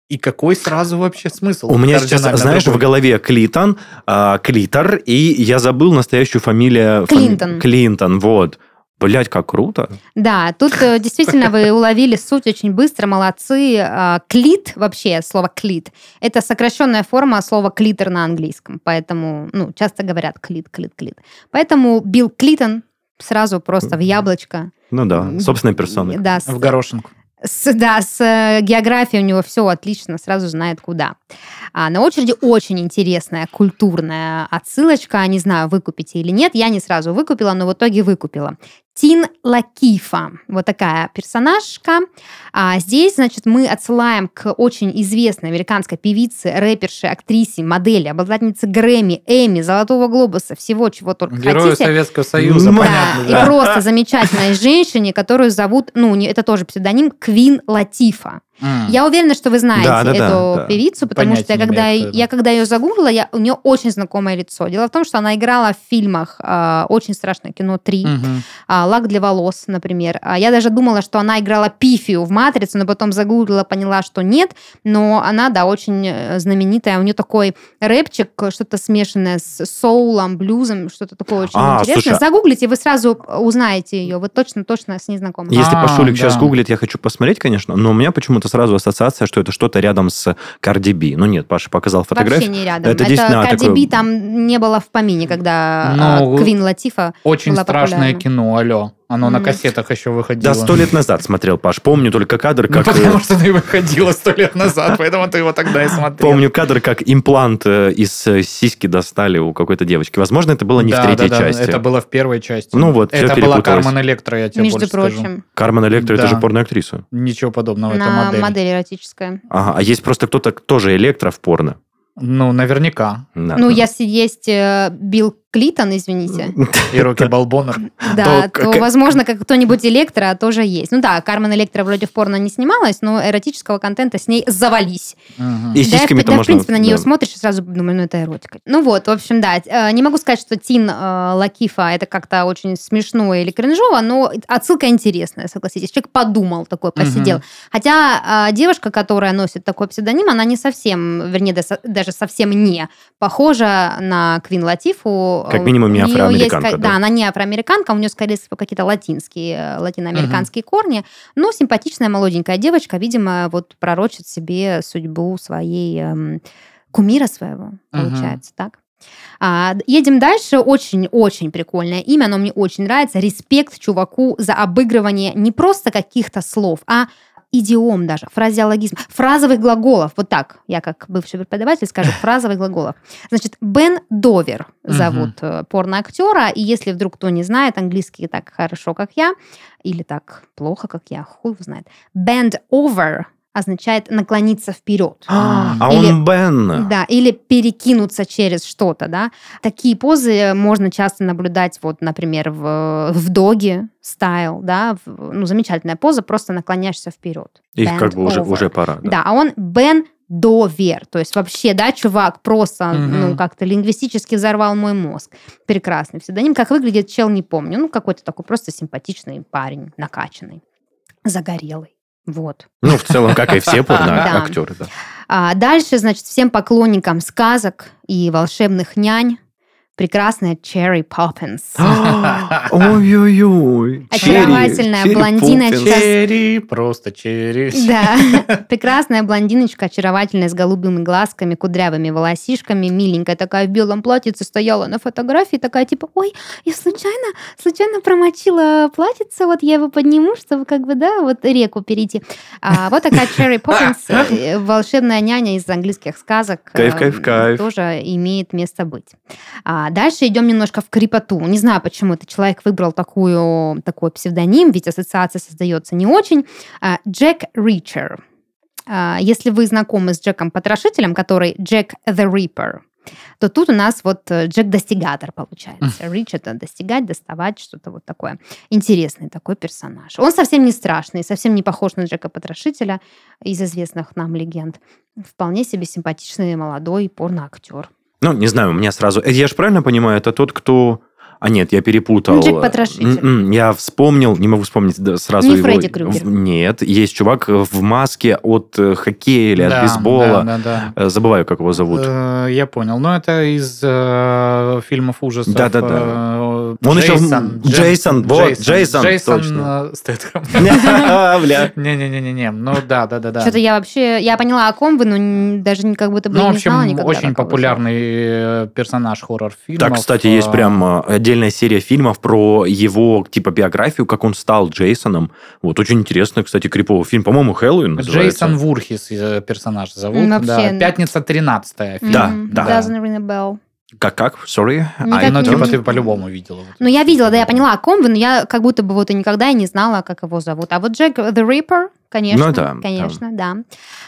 Speaker 2: И какой сразу вообще смысл?
Speaker 3: У меня сейчас,
Speaker 2: Кардинально
Speaker 3: знаешь, в
Speaker 2: другой.
Speaker 3: голове Клитон, а, Клитор, и я забыл настоящую фамилию. фами-
Speaker 1: Клинтон.
Speaker 3: Клинтон, вот. Блять, как круто.
Speaker 1: Да, тут э, действительно вы уловили суть очень быстро, молодцы. А, Клит, вообще слово клит, это сокращенная форма слова клитер на английском, поэтому, ну, часто говорят клит, клит, клит. Поэтому Билл Клитон сразу просто в яблочко.
Speaker 3: Ну да,
Speaker 1: М,
Speaker 3: собственная персона.
Speaker 1: Да, с,
Speaker 2: В горошинку.
Speaker 1: с- да, с э, географией у него все отлично, сразу знает куда. А на очереди очень интересная культурная отсылочка, не знаю, выкупите или нет, я не сразу выкупила, но в итоге выкупила. Тин Лакифа, вот такая персонажка. А здесь, значит, мы отсылаем к очень известной американской певице, рэперше, актрисе, модели, обладательнице Грэмми, Эми, Золотого Глобуса, всего, чего только
Speaker 2: Герою
Speaker 1: хотите.
Speaker 2: Советского Союза,
Speaker 3: Да,
Speaker 2: понятно.
Speaker 1: Да, и просто замечательной женщине, которую зовут, ну, не- это тоже псевдоним, Квин Латифа.
Speaker 2: М.
Speaker 1: Я уверена, что вы знаете
Speaker 3: Да, да,
Speaker 1: эту
Speaker 3: да, да.
Speaker 1: певицу, потому
Speaker 2: Понятия
Speaker 1: что я
Speaker 2: не
Speaker 1: когда,
Speaker 2: имею, кто это.
Speaker 1: я когда ее загуглила, я, у нее очень знакомое лицо. Дело в том, что она играла в фильмах э, «Очень страшное кино 3»,
Speaker 2: Мгм.
Speaker 1: а, «Лак для волос», например. А я даже думала, что она играла Пифию в «Матрице», но потом загуглила, поняла, что нет. Но она, да, очень э, знаменитая. У нее такой рэпчик, э, что-то смешанное с соулом, блюзом, что-то такое очень
Speaker 3: А,
Speaker 1: интересное.
Speaker 3: слушай, а-
Speaker 1: Загуглите, вы сразу узнаете ее. Вот точно-точно с ней знакомы.
Speaker 3: Если
Speaker 2: А,
Speaker 3: Пашулик сейчас
Speaker 2: да.
Speaker 3: гуглит, я хочу посмотреть, конечно, но у меня почему-то сразу ассоциация, что это что-то рядом с Карди Би. Ну нет, Паша показал
Speaker 1: Вообще
Speaker 3: фотографию.
Speaker 1: не рядом. Это,
Speaker 3: Это действительно
Speaker 1: Cardi
Speaker 3: такое-
Speaker 1: B там не было в помине, когда а,
Speaker 2: Ну,
Speaker 1: Квин Латифа.
Speaker 2: Очень
Speaker 1: была
Speaker 2: страшное
Speaker 1: популярна.
Speaker 2: кино, алло. Оно на
Speaker 1: М.
Speaker 2: кассетах еще выходило.
Speaker 3: Да, сто лет назад смотрел, Паш. Помню только кадр,
Speaker 2: Ну,
Speaker 3: как... э,
Speaker 2: потому что ты выходила сто лет назад, поэтому ты его тогда и смотрел.
Speaker 3: Помню кадр, как имплант э, из э, сиськи достали у какой-то девочки. Возможно, это было не в
Speaker 2: Да,
Speaker 3: третьей
Speaker 2: да, да,
Speaker 3: части.
Speaker 2: Это было в первой части.
Speaker 3: Ну вот, всё
Speaker 2: это была
Speaker 3: перепуталось.
Speaker 2: Кармен Электро, я тебе
Speaker 1: Между
Speaker 2: больше скажу.
Speaker 1: прочим,
Speaker 3: Кармен Электро,
Speaker 2: Да.
Speaker 3: это же порноактриса.
Speaker 2: Ничего подобного, это
Speaker 1: на
Speaker 2: модель.
Speaker 1: модель эротическая.
Speaker 3: Ага, а есть просто кто-то тоже электро в порно.
Speaker 2: Ну, наверняка.
Speaker 3: Да.
Speaker 1: Ну, если есть э, Билл Клитон, извините,
Speaker 2: И Рокки Балбонер.
Speaker 1: да,
Speaker 3: к-
Speaker 1: то,
Speaker 3: к-
Speaker 1: возможно, как кто-нибудь Электро тоже есть. Ну да, Кармен Электро вроде в порно не снималась, но эротического контента с ней завались.
Speaker 2: Мгм.
Speaker 3: И
Speaker 1: Да, я в-
Speaker 3: сиськами-то
Speaker 1: да, в
Speaker 3: можно...
Speaker 1: принципе, на нее
Speaker 3: да.
Speaker 1: смотришь и сразу думаю, ну это эротика. Ну вот, в общем, да. э, Не могу сказать, что Тин э, Лакифа это как-то очень смешно или кринжово, но отсылка интересная, согласитесь. Человек подумал такой, посидел.
Speaker 2: Мгм.
Speaker 1: Хотя э, девушка, которая носит такой псевдоним, она не совсем, вернее, да со- даже совсем не похожа на Квин Латифу.
Speaker 3: Как минимум, не
Speaker 1: У неё есть
Speaker 3: афроамериканка,
Speaker 1: ка-
Speaker 3: да.
Speaker 1: да, она не афроамериканка, у нее, скорее всего, какие-то латинские, э, латиноамериканские корни. Но Ну, симпатичная молоденькая девочка, видимо, вот пророчит себе судьбу своей эм, кумира своего, получается, так? А, д- едем дальше. Очень-очень прикольное имя, оно мне очень нравится. Респект чуваку за обыгрывание не просто каких-то слов, а идиом даже, фразеологизм, фразовых глаголов. Вот так, я как бывший преподаватель скажу, фразовых глаголов. Значит, Бен Довер зовут э, порноактера, и если вдруг кто не знает английский так хорошо, как я, или так плохо, как я, хуй его знает, bend over означает наклониться вперед.
Speaker 3: А
Speaker 1: Или-
Speaker 3: он Бен.
Speaker 1: Да, или перекинуться через что-то, да. Такие позы можно часто наблюдать, вот, например, в, в доге стайл, да, в- ну, замечательная поза, просто наклоняешься вперед.
Speaker 3: Их
Speaker 1: Bend
Speaker 3: как бы уже,
Speaker 1: over.
Speaker 3: уже пора. да.
Speaker 1: Да, а он Бен Довер, то есть вообще, да, чувак просто,
Speaker 2: Мгм.
Speaker 1: ну, как-то лингвистически взорвал мой мозг. Прекрасный псевдоним. Как выглядит чел, не помню. Ну, какой-то такой просто симпатичный парень, накачанный, загорелый. Вот.
Speaker 3: Ну, в целом, как и все
Speaker 1: Да.
Speaker 3: порноактеры. Да.
Speaker 1: А дальше, значит, всем поклонникам сказок и волшебных нянь прекрасная Черри Поппинс.
Speaker 3: А, Ой-ой-ой.
Speaker 1: Очаровательная
Speaker 3: Черри- Черри
Speaker 1: блондиночка.
Speaker 3: Поппинс.
Speaker 2: Черри, просто черри.
Speaker 1: Да, прекрасная блондиночка, очаровательная, с голубыми глазками, кудрявыми волосишками, миленькая такая в белом платьице стояла на фотографии, такая типа, ой, я случайно, случайно промочила платьице, вот я его подниму, чтобы как бы, да, вот реку перейти. А, вот такая Черри Поппинс, э, волшебная няня из английских сказок.
Speaker 3: А, Кайф,
Speaker 1: э,
Speaker 3: кайф, кайф.
Speaker 1: Тоже имеет место быть. А дальше идем немножко в крипоту. Не знаю, почему этот человек выбрал такую, такой псевдоним, ведь ассоциация создается не очень. А, Джек Ричер. А, Если вы знакомы с Джеком Потрошителем, который Джек the Ripper, то тут у нас вот э, Джек Достигатор получается. Рич это достигать, доставать, что-то вот такое. Интересный такой персонаж. Он совсем не страшный, совсем не похож на Джека Потрошителя из известных нам легенд. Вполне себе симпатичный молодой порноактер.
Speaker 3: Ну, не знаю, у меня сразу... э, Я же правильно понимаю, это тот, кто... А нет, я перепутал.
Speaker 1: Ну, Джек-потрошитель.
Speaker 3: М-м, Я вспомнил, не могу вспомнить да, сразу
Speaker 1: Не
Speaker 3: его.
Speaker 1: Фредди Крюгер.
Speaker 3: В- Нет, есть чувак э, в маске от э, хоккея или
Speaker 2: Да,
Speaker 3: от бейсбола.
Speaker 2: Да, да, да.
Speaker 3: Э, Забываю, как его зовут.
Speaker 2: Э, Я понял. Но это из э, фильмов ужасов.
Speaker 3: Да-да-да.
Speaker 2: э,
Speaker 3: Он еще в-
Speaker 2: Джейсон. Джей-
Speaker 3: Джейсон, вот, Джейсон, точно.
Speaker 2: Джейсон э, Стэтхэм.
Speaker 3: Ня, бля.
Speaker 2: Не-не-не-не. Ну да, да, да, да.
Speaker 1: Что-то я вообще, я поняла, о ком вы, но н- даже не- как будто бы
Speaker 2: Ну, в
Speaker 1: не знала
Speaker 2: общем,
Speaker 1: никогда.
Speaker 2: очень
Speaker 1: такого
Speaker 2: популярный э, персонаж хоррор-фильмов.
Speaker 3: Так, кстати, есть
Speaker 2: Э,
Speaker 3: прям э, отдельная серия фильмов про его, типа, биографию, как он стал Джейсоном. Вот, очень интересно, кстати, криповый фильм. По-моему, Хэллоуин называется.
Speaker 2: Джейсон Вурхис э, персонаж зовут.
Speaker 1: М, вообще,
Speaker 2: да.
Speaker 1: ну.
Speaker 2: Пятница 13
Speaker 1: слова.
Speaker 2: фильм.
Speaker 3: Да,
Speaker 1: Мгм.
Speaker 3: да.
Speaker 1: Doesn't ring a bell.
Speaker 3: Как, как? Sorry? А,
Speaker 1: Никак
Speaker 3: I
Speaker 1: не
Speaker 2: Ну,
Speaker 3: don't-
Speaker 2: типа,
Speaker 1: помню.
Speaker 2: ты по-любому видела. вот
Speaker 1: Ну,
Speaker 2: это.
Speaker 1: я видела, да, я поняла, о ком вы, но я как будто бы вот и никогда и не знала, как его зовут. А вот Джек The Ripper, конечно,
Speaker 3: Ну да,
Speaker 1: конечно, да.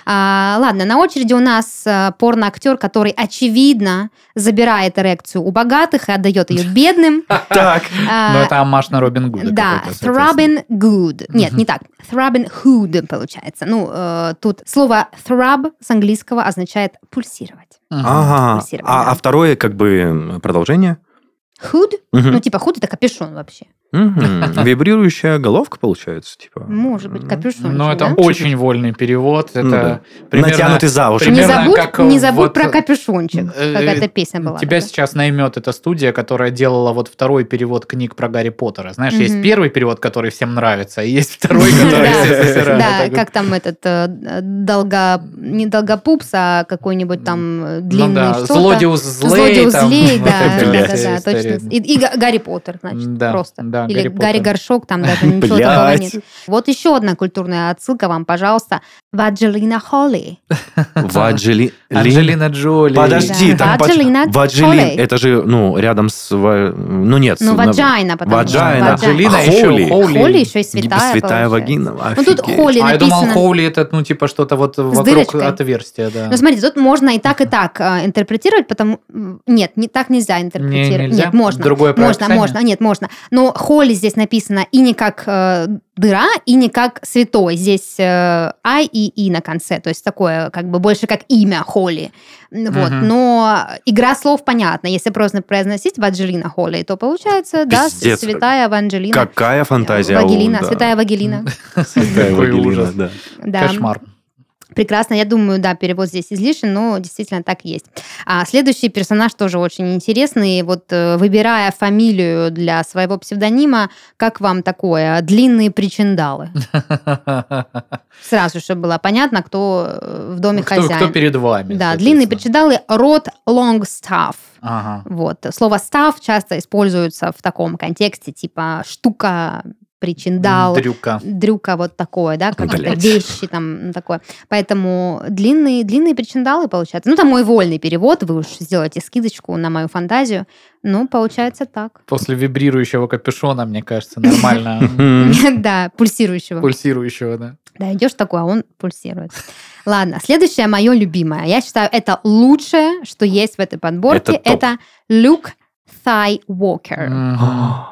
Speaker 1: А, ладно, на очереди у нас а, порноактер, который, очевидно, забирает эрекцию у богатых и отдает ее бедным.
Speaker 3: Так.
Speaker 1: А,
Speaker 2: Ну, это амаш на Робин Гуда.
Speaker 1: Да,
Speaker 2: какой-то, соответственно.
Speaker 1: Throbbing Good. Нет, не так. Throbbing Hood получается. Ну, э, тут слово throb с английского означает пульсировать.
Speaker 2: Мгм.
Speaker 3: Ага.
Speaker 1: Фокусирован,
Speaker 3: А
Speaker 1: да.
Speaker 3: а второе, как бы, м, продолжение?
Speaker 1: Hood, ну
Speaker 3: Мгм.
Speaker 1: типа hood это капюшон вообще.
Speaker 3: Мгм. Вибрирующая головка, получается, типа.
Speaker 1: Может быть, капюшон.
Speaker 2: Ну, это
Speaker 1: да?
Speaker 2: очень вольный перевод. Это
Speaker 3: Ну да.
Speaker 2: примерно-
Speaker 3: Натянутый за уши.
Speaker 1: Не
Speaker 2: примерно
Speaker 1: забудь,
Speaker 2: как,
Speaker 1: не
Speaker 2: э,
Speaker 1: забудь
Speaker 2: вот,
Speaker 1: про
Speaker 2: э,
Speaker 1: капюшончик.
Speaker 2: э,
Speaker 1: Какая-то песня была. такая.
Speaker 2: Тебя сейчас наймет эта студия, которая делала вот второй перевод книг про Гарри Поттера. Знаешь, есть
Speaker 1: Мгм.
Speaker 2: первый перевод, который всем нравится, и есть второй, который
Speaker 1: Да.
Speaker 2: все сосирают.
Speaker 1: Да,
Speaker 2: Так вот.
Speaker 1: как там этот э, долго... Не долгопупс, а какой-нибудь там э,
Speaker 2: Ну
Speaker 1: длинный
Speaker 2: да,
Speaker 1: что-то.
Speaker 2: злодиус злей.
Speaker 1: Злодеус
Speaker 2: там,
Speaker 1: злей,
Speaker 2: вот
Speaker 1: да,
Speaker 2: эти
Speaker 1: да,
Speaker 2: вот
Speaker 1: да,
Speaker 2: все
Speaker 1: да,
Speaker 2: истории.
Speaker 1: точно. И, и Га- Гарри Поттер, значит,
Speaker 2: Да,
Speaker 1: просто.
Speaker 2: Да, да,
Speaker 1: Или
Speaker 2: Гарри Поттер.
Speaker 1: Горшок, там даже ничего такого нет.
Speaker 3: Блять,
Speaker 1: Вот еще одна культурная отсылка вам, пожалуйста. Ваджелина Холли. Ну, а
Speaker 3: Ваджели... Лин-
Speaker 2: Анджелина Джоли.
Speaker 3: Подожди,
Speaker 1: Да.
Speaker 3: там... поч-
Speaker 1: Ваджелина Холли.
Speaker 3: Ваджелин, это же, ну, рядом с... ва- Ну, нет.
Speaker 1: Ну,
Speaker 3: с- на-
Speaker 1: ваджайна, потому
Speaker 3: Ваджайна.
Speaker 1: что. ваджа-
Speaker 2: Анджелина еще
Speaker 3: Холли.
Speaker 2: Холли.
Speaker 1: Холли еще и святая.
Speaker 3: Святая
Speaker 1: получается.
Speaker 3: вагина.
Speaker 1: Ну, тут
Speaker 3: Офигеть.
Speaker 1: Холли
Speaker 2: А я думал,
Speaker 1: написано.
Speaker 2: Хоули это, ну, типа, что-то вот вокруг
Speaker 1: дырочкой.
Speaker 2: отверстия, да.
Speaker 1: Ну, смотрите, тут можно и так, и так э, интерпретировать, потому... м, Нет, не, так нельзя интерпретировать.
Speaker 2: Не, нельзя?
Speaker 1: Нет, можно.
Speaker 2: Другое
Speaker 1: можно,
Speaker 2: правописание?
Speaker 1: можно, нет, можно. Но холли здесь написано и не как э, дыра, и не как святой. Здесь э, ай и и на конце. То есть такое, как бы больше как имя холли. М, Вот.
Speaker 2: Мгм.
Speaker 1: Но игра слов понятна. Если просто произносить Ванджелина Холли, то получается, да,
Speaker 3: Пиздец.
Speaker 1: святая Ванджелина.
Speaker 3: Какая фантазия
Speaker 1: Вагелина,
Speaker 3: у- да.
Speaker 1: святая Вагелина.
Speaker 3: Святая
Speaker 2: Какой
Speaker 3: Вагелина,
Speaker 2: ужас.
Speaker 3: да.
Speaker 1: Да.
Speaker 2: Кошмар.
Speaker 1: Прекрасно, я думаю, да, перевод здесь излишен, но действительно так и есть. А следующий персонаж тоже очень интересный. Вот э, выбирая фамилию для своего псевдонима, как вам такое? Длинные причиндалы. Сразу же было понятно, кто э, в доме
Speaker 2: Ну, Кто
Speaker 1: хозяин.
Speaker 2: кто перед вами?
Speaker 1: да, длинные
Speaker 2: соответственно.
Speaker 1: причиндалы, род Longstaff.
Speaker 2: Ага.
Speaker 1: Вот. Слово «став» часто используется в таком контексте, типа штука, причиндал,
Speaker 2: Дрюка.
Speaker 1: дрюка вот такое, да, как
Speaker 3: Блядь.
Speaker 1: вещи там ну, такое. Поэтому длинные, длинные причиндалы получается. Ну, там мой вольный перевод, вы уж сделаете скидочку на мою фантазию. Ну, получается так.
Speaker 2: После вибрирующего капюшона, мне кажется, нормально.
Speaker 3: Мгм.
Speaker 1: Да, пульсирующего.
Speaker 2: Пульсирующего, да.
Speaker 1: Да, идешь такой, а он пульсирует. Ладно, следующее мое любимое. Я считаю, это лучшее, что есть в этой подборке.
Speaker 3: Это топ.
Speaker 1: Это Люк Thai Walker.
Speaker 2: Мгм.
Speaker 3: А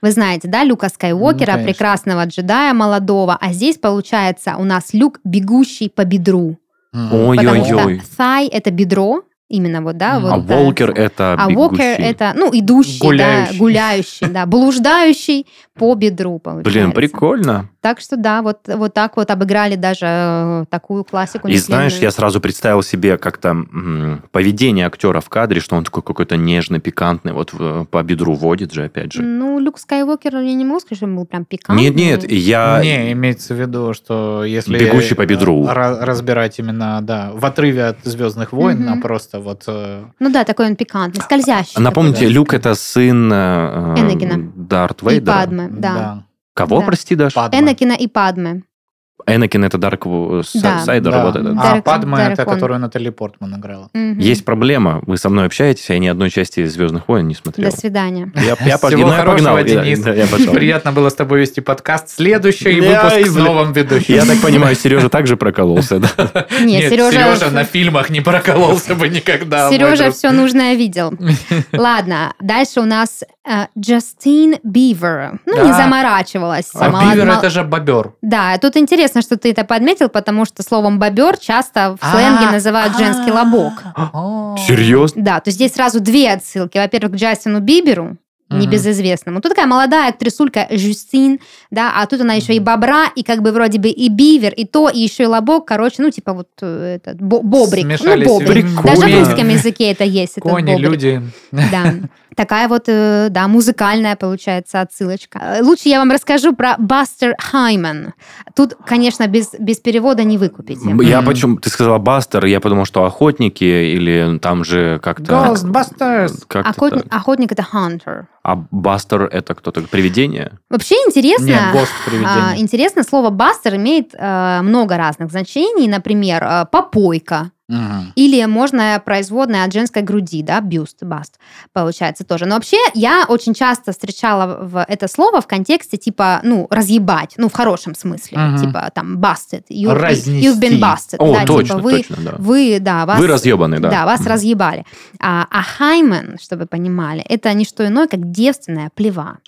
Speaker 1: Вы знаете, да, Люка Скайуокера,
Speaker 2: Ну, конечно.
Speaker 1: прекрасного джедая молодого. А здесь, получается, у нас Люк, бегущий по бедру. Потому
Speaker 3: Ой-ой-ой.
Speaker 1: что thigh это бедро, именно вот, да,
Speaker 2: Мгм.
Speaker 1: вот.
Speaker 3: А
Speaker 1: да.
Speaker 3: Волкер это
Speaker 1: А
Speaker 3: бегущий.
Speaker 1: walker это, ну, идущий,
Speaker 2: Гуляющий.
Speaker 1: да, гуляющий, да, блуждающий по бедру, получается.
Speaker 3: Блин, прикольно.
Speaker 1: Так что, да, вот, вот так вот обыграли даже э, такую классику.
Speaker 3: И знаешь, я
Speaker 1: несленную.
Speaker 3: сразу представил себе как-то м, поведение актера в кадре, что он такой какой-то нежный, пикантный, вот в- по бедру водит же, опять же.
Speaker 1: Ну, Люк Скайуокер, я не могу сказать, что он был прям пикантный.
Speaker 3: Нет-нет, я...
Speaker 2: Не, имеется в виду, что если...
Speaker 3: А Бегущий по бедру.
Speaker 2: э, ра- Разбирать именно, да, в отрыве от «Звездных войн», а
Speaker 1: Мгм.
Speaker 2: просто вот... э,
Speaker 1: Ну да, такой он пикантный, скользящий.
Speaker 3: Напомните,
Speaker 2: да.
Speaker 3: Люк это сын э, э,
Speaker 1: Энакина.
Speaker 3: Дарт
Speaker 1: такой. И
Speaker 3: Вейдера.
Speaker 1: Падме, да.
Speaker 3: Кого,
Speaker 1: Да.
Speaker 3: прости, Даш?
Speaker 2: Падма.
Speaker 1: Энакина и Падме.
Speaker 3: Энакин это Дарк Ву- Са-
Speaker 1: Да.
Speaker 3: Сайдер,
Speaker 2: Да.
Speaker 3: вот этот.
Speaker 1: Да.
Speaker 2: А
Speaker 1: Дарек-
Speaker 2: Падма
Speaker 1: Дарек
Speaker 2: это,
Speaker 1: он.
Speaker 2: которую Натали Портман играла.
Speaker 1: Мгм.
Speaker 3: Есть проблема, вы со мной общаетесь, а я ни одной части «Звездных войн» не
Speaker 1: До
Speaker 3: смотрел.
Speaker 1: свидания.
Speaker 3: Я, я
Speaker 2: Всего
Speaker 3: погнал, я
Speaker 2: хорошего,
Speaker 3: погнал, я-
Speaker 2: Денис.
Speaker 3: да, я пошел.
Speaker 2: Приятно было с тобой вести подкаст. Следующий
Speaker 3: Да, и,
Speaker 2: выпуск с
Speaker 3: блин.
Speaker 2: новым ведущим.
Speaker 3: Я так понимаю, Сережа также прокололся, да?
Speaker 1: Нет, Сережа...
Speaker 2: на фильмах не прокололся бы никогда. мой
Speaker 1: Сережа
Speaker 2: друг.
Speaker 1: все нужное видел. Ладно, дальше у нас э, Джастин Бивер. Ну, не
Speaker 2: Да.
Speaker 1: заморачивалась.
Speaker 2: А
Speaker 1: Мало-
Speaker 2: Бивер
Speaker 1: мало-
Speaker 2: это же бобер.
Speaker 1: Да, тут интересно, что ты это подметил, потому что словом бобер часто в
Speaker 2: А,
Speaker 1: сленге называют женский лобок.
Speaker 3: Серьезно?
Speaker 1: Да, то есть здесь сразу две отсылки. Во-первых, к Джастину Биберу, небезызвестному. Тут такая молодая актрисулька Жюстин, да, а тут она еще и бобра, и как бы вроде бы и бивер, и то, и еще и лобок, короче, ну типа вот э, этот бо- бобрик.
Speaker 2: Смешались
Speaker 1: ну, бобрик.
Speaker 2: вместе.
Speaker 1: Даже в
Speaker 3: Прикольно.
Speaker 1: русском языке это есть. этот
Speaker 2: Кони,
Speaker 1: бобрик.
Speaker 2: люди.
Speaker 1: Да. Такая вот, э, да, музыкальная получается отсылочка. Э, Лучше я вам расскажу про Бастер Хайман. Тут, конечно, без, без перевода не выкупите.
Speaker 3: Я
Speaker 2: Мгм.
Speaker 3: почему... Ты сказала Бастер, я подумал, что охотники или там же как-то...
Speaker 2: Ghostbusters.
Speaker 3: Как-то
Speaker 1: Охотни-
Speaker 3: так.
Speaker 1: Охотник это Хантер.
Speaker 3: А Бастер это кто-то? Привидение?
Speaker 1: Вообще интересно,
Speaker 2: Нет, Гост
Speaker 1: а,
Speaker 2: привидение.
Speaker 1: интересно, слово бастер имеет э, много разных значений. Например, э, попойка.
Speaker 2: Мгм.
Speaker 1: Или можно производная от женской груди, да, бюст, баст, получается тоже. Но вообще я очень часто встречала в это слово в контексте типа, ну, разъебать, ну, в хорошем смысле,
Speaker 2: Мгм.
Speaker 1: типа там busted, you,
Speaker 2: Разнести.
Speaker 1: you've been busted,
Speaker 3: О,
Speaker 1: да,
Speaker 3: точно,
Speaker 1: типа вы,
Speaker 3: точно, да.
Speaker 1: вы, да, вас,
Speaker 3: Вы разъебаны, да.
Speaker 1: да, вас
Speaker 3: Мгм.
Speaker 1: разъебали. А, а хаймен, чтобы вы понимали, это не что иное, как девственная плева.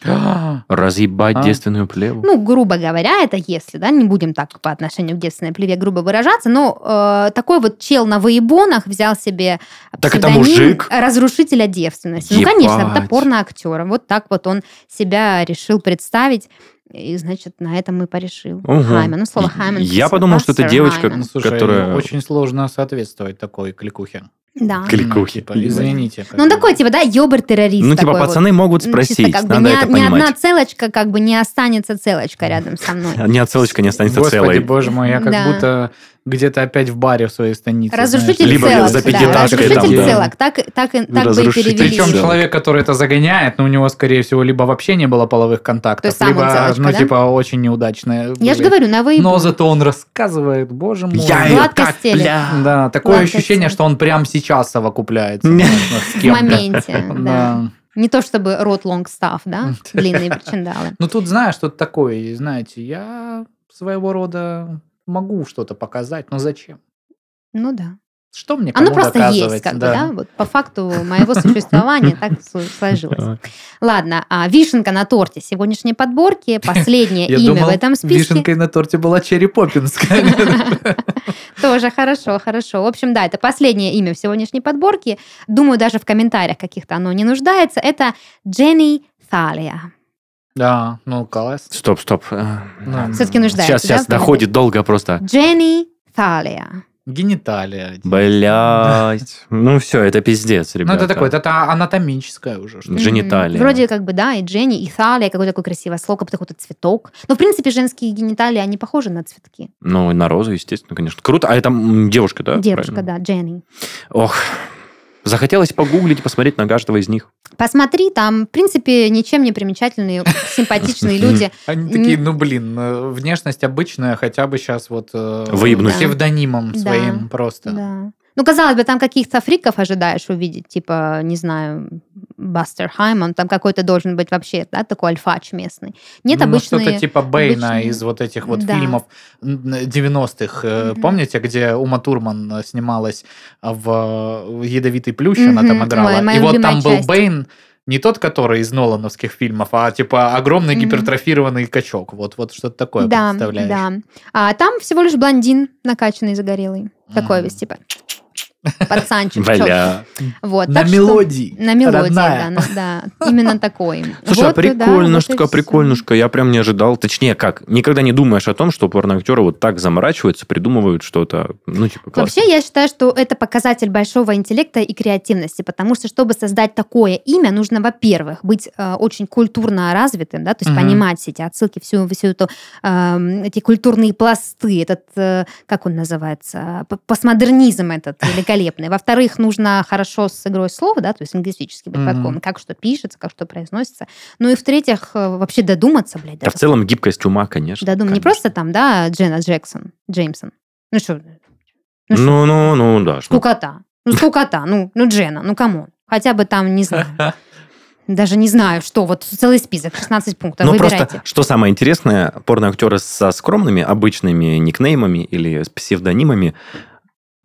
Speaker 3: Разъебать
Speaker 2: А?
Speaker 3: девственную плеву?
Speaker 1: Ну, грубо говоря, это если, да, не будем так по отношению к девственной плеве грубо выражаться, но э, такой вот чел на воебонах взял себе
Speaker 3: Так это
Speaker 1: псевдоним
Speaker 3: мужик?
Speaker 1: разрушителя девственности.
Speaker 3: Ебать.
Speaker 1: Ну, конечно, это порноактер. Вот так вот он себя решил представить. И, значит, на этом и порешил.
Speaker 3: Угу.
Speaker 1: Хаймен. Ну, слово Хаймен.
Speaker 3: Я
Speaker 1: просто
Speaker 3: подумал, что это
Speaker 1: Buster
Speaker 3: девочка,
Speaker 1: Hyman.
Speaker 2: Слушай,
Speaker 3: которая...
Speaker 2: ну, очень сложно соответствовать такой кликухе.
Speaker 1: Да.
Speaker 3: Кли- Кликухе.
Speaker 2: Ну, типа, Извините. как
Speaker 1: Ну, он
Speaker 2: бы.
Speaker 1: такой, типа, да, ёбер-террорист.
Speaker 3: Ну, типа,
Speaker 1: такой вот.
Speaker 3: пацаны могут
Speaker 1: Ну, чисто
Speaker 3: спросить,
Speaker 1: как бы
Speaker 3: надо
Speaker 1: ни,
Speaker 3: это
Speaker 1: ни одна
Speaker 3: понимать.
Speaker 1: целочка как бы не останется целочка рядом со мной.
Speaker 3: Ни отсылочка А, не останется
Speaker 2: Господи,
Speaker 3: целой.
Speaker 2: боже мой, я как
Speaker 1: Да.
Speaker 2: будто где-то опять в баре в своей станице.
Speaker 1: Разрушитель
Speaker 3: Либо
Speaker 1: целок.
Speaker 3: за
Speaker 1: да,
Speaker 3: пятиэтажкой
Speaker 1: разрушитель
Speaker 2: там, да.
Speaker 1: целок. Так, так, и- так бы и
Speaker 3: Разрушитель
Speaker 1: перевели.
Speaker 2: Причем
Speaker 1: его.
Speaker 3: Причём
Speaker 2: человек, который это загоняет, ну, у него, скорее всего, либо вообще не было половых
Speaker 1: То
Speaker 2: контактов,
Speaker 1: есть сам он
Speaker 2: либо,
Speaker 1: целочка,
Speaker 2: ну,
Speaker 1: да?
Speaker 2: типа, очень неудачное.
Speaker 1: Я же говорю, Ну, а на выебу.
Speaker 2: Но зато он рассказывает, боже мой.
Speaker 3: Я
Speaker 1: Влад
Speaker 3: ее так,
Speaker 1: Костелев.
Speaker 3: бля.
Speaker 2: Да, такое
Speaker 1: Ладно,
Speaker 2: ощущение,
Speaker 1: Катя.
Speaker 2: что он прям сейчас совокупляется.
Speaker 3: Не.
Speaker 2: возможно, с
Speaker 1: В
Speaker 2: кем-то.
Speaker 1: моменте, да.
Speaker 2: Да.
Speaker 1: Не то чтобы рот лонгстаф, да, длинные причиндалы.
Speaker 2: Ну тут, знаешь, тут такое, и, знаете, я своего рода могу что-то показать, но зачем?
Speaker 1: Ну да.
Speaker 2: Что мне кому
Speaker 1: Оно просто
Speaker 2: доказывать?
Speaker 1: есть, как бы, да, вот по факту моего существования так сло- сложилось. Ладно, а вишенка на торте сегодняшней подборки, последнее
Speaker 2: Я
Speaker 1: имя
Speaker 2: думал,
Speaker 1: в этом списке.
Speaker 2: вишенкой на торте была Черри Поппинс.
Speaker 1: Тоже хорошо, хорошо. В общем, да, это последнее имя в сегодняшней подборке. Думаю, даже в комментариях каких-то оно не нуждается. Это Дженни Талия.
Speaker 2: Да, ну класс.
Speaker 3: Стоп, стоп. Э,
Speaker 2: Ну,
Speaker 1: Все-таки нуждается.
Speaker 3: Сейчас, сейчас,
Speaker 1: да, в
Speaker 3: доходит долго просто.
Speaker 1: комментариях? Дженни Талия.
Speaker 2: Гениталия.
Speaker 3: Блять. Ну все, это пиздец,
Speaker 2: Ну,
Speaker 3: ребята.
Speaker 2: это такое, это та- анатомическое уже. что ли.
Speaker 3: Джениталия.
Speaker 1: Мгм. Вроде как бы, да, и Дженни, и Талия, какой такой красивый слог, какой-то какой-то цветок. Но, в принципе, женские гениталии, они похожи на цветки.
Speaker 3: Ну, и на розу, естественно, конечно. Круто. А это м, девушка, да?
Speaker 1: Девушка,
Speaker 3: Правильно?
Speaker 1: да, Дженни.
Speaker 3: Ох. Захотелось погуглить и посмотреть на каждого из них.
Speaker 1: Посмотри, там, в принципе, ничем не примечательные, симпатичные люди.
Speaker 2: Они такие, ну блин, э, внешность обычная, хотя бы сейчас вот э,
Speaker 3: Выебнуть. Да.
Speaker 2: псевдонимом
Speaker 1: Да.
Speaker 2: своим просто.
Speaker 1: Да. Ну, казалось бы, там каких-то фриков ожидаешь увидеть, типа, не знаю, Бастер Хайман, там какой-то должен быть вообще, да, такой альфач местный. Нет,
Speaker 2: Ну,
Speaker 1: обычные...
Speaker 2: Что-то типа Бэйна
Speaker 1: обычные.
Speaker 2: из вот этих вот
Speaker 1: Да.
Speaker 2: фильмов м, 90-х. э,
Speaker 1: Мгм.
Speaker 2: Помните, где Ума Турман снималась в э, «Ядовитой плющ», она
Speaker 1: Мгм,
Speaker 2: там играла.
Speaker 1: моя- моя
Speaker 2: И вот
Speaker 1: любимая
Speaker 2: там был
Speaker 1: часть.
Speaker 2: Бэйн, не тот, который из Нолановских фильмов, а типа огромный
Speaker 1: Мгм.
Speaker 2: гипертрофированный качок. Вот, вот что-то такое
Speaker 1: да,
Speaker 2: представляешь.
Speaker 1: да. А там всего лишь блондин, накачанный, загорелый. Такой
Speaker 2: Мгм.
Speaker 1: весь, типа, пацанчик. чё.
Speaker 3: Бля.
Speaker 1: Вот,
Speaker 2: На
Speaker 1: так что-
Speaker 2: мелодии.
Speaker 1: На мелодии, да,
Speaker 2: родная.
Speaker 1: на- да, именно такой.
Speaker 3: Слушай, а
Speaker 1: Вот, да,
Speaker 3: прикольно,
Speaker 1: вот
Speaker 3: что
Speaker 1: и
Speaker 3: такое
Speaker 1: всё.
Speaker 3: прикольнушка. Я прям не ожидал. Точнее, как? Никогда не думаешь о том, что порноактеры вот так заморачиваются, придумывают что-то. Ну, типа, классно.
Speaker 1: Вообще, я считаю, что это показатель большого интеллекта и креативности, потому что, чтобы создать такое имя, нужно, во-первых, быть э, очень культурно развитым, да, то есть
Speaker 2: Мгм.
Speaker 1: понимать все эти отсылки, всю, всю эту, эм, эти культурные пласты, этот, э, как он называется, п- постмодернизм этот великолепный. Во-вторых, нужно хорошо с игрой слов, да, то есть лингвистически быть
Speaker 2: Мгм.
Speaker 1: подкован, как что пишется, как что произносится. Ну и в-третьих, э, вообще додуматься, блядь,
Speaker 3: Да
Speaker 1: даже
Speaker 3: в целом гибкость ума, конечно.
Speaker 1: Да, думаю, не
Speaker 3: конечно.
Speaker 1: просто там, да, Джена Джексон, Джеймсон. Ну что, ну что,
Speaker 3: Ну, ну, ну, да. что-
Speaker 1: скукота. Ну, скукота, ну, ну, Джена, ну, кому? Хотя бы там, не знаю, даже не знаю, что, вот целый список, 16 пунктов,
Speaker 3: Ну,
Speaker 1: выбирайте.
Speaker 3: просто, что самое интересное, порноактеры со скромными, обычными никнеймами или с псевдонимами,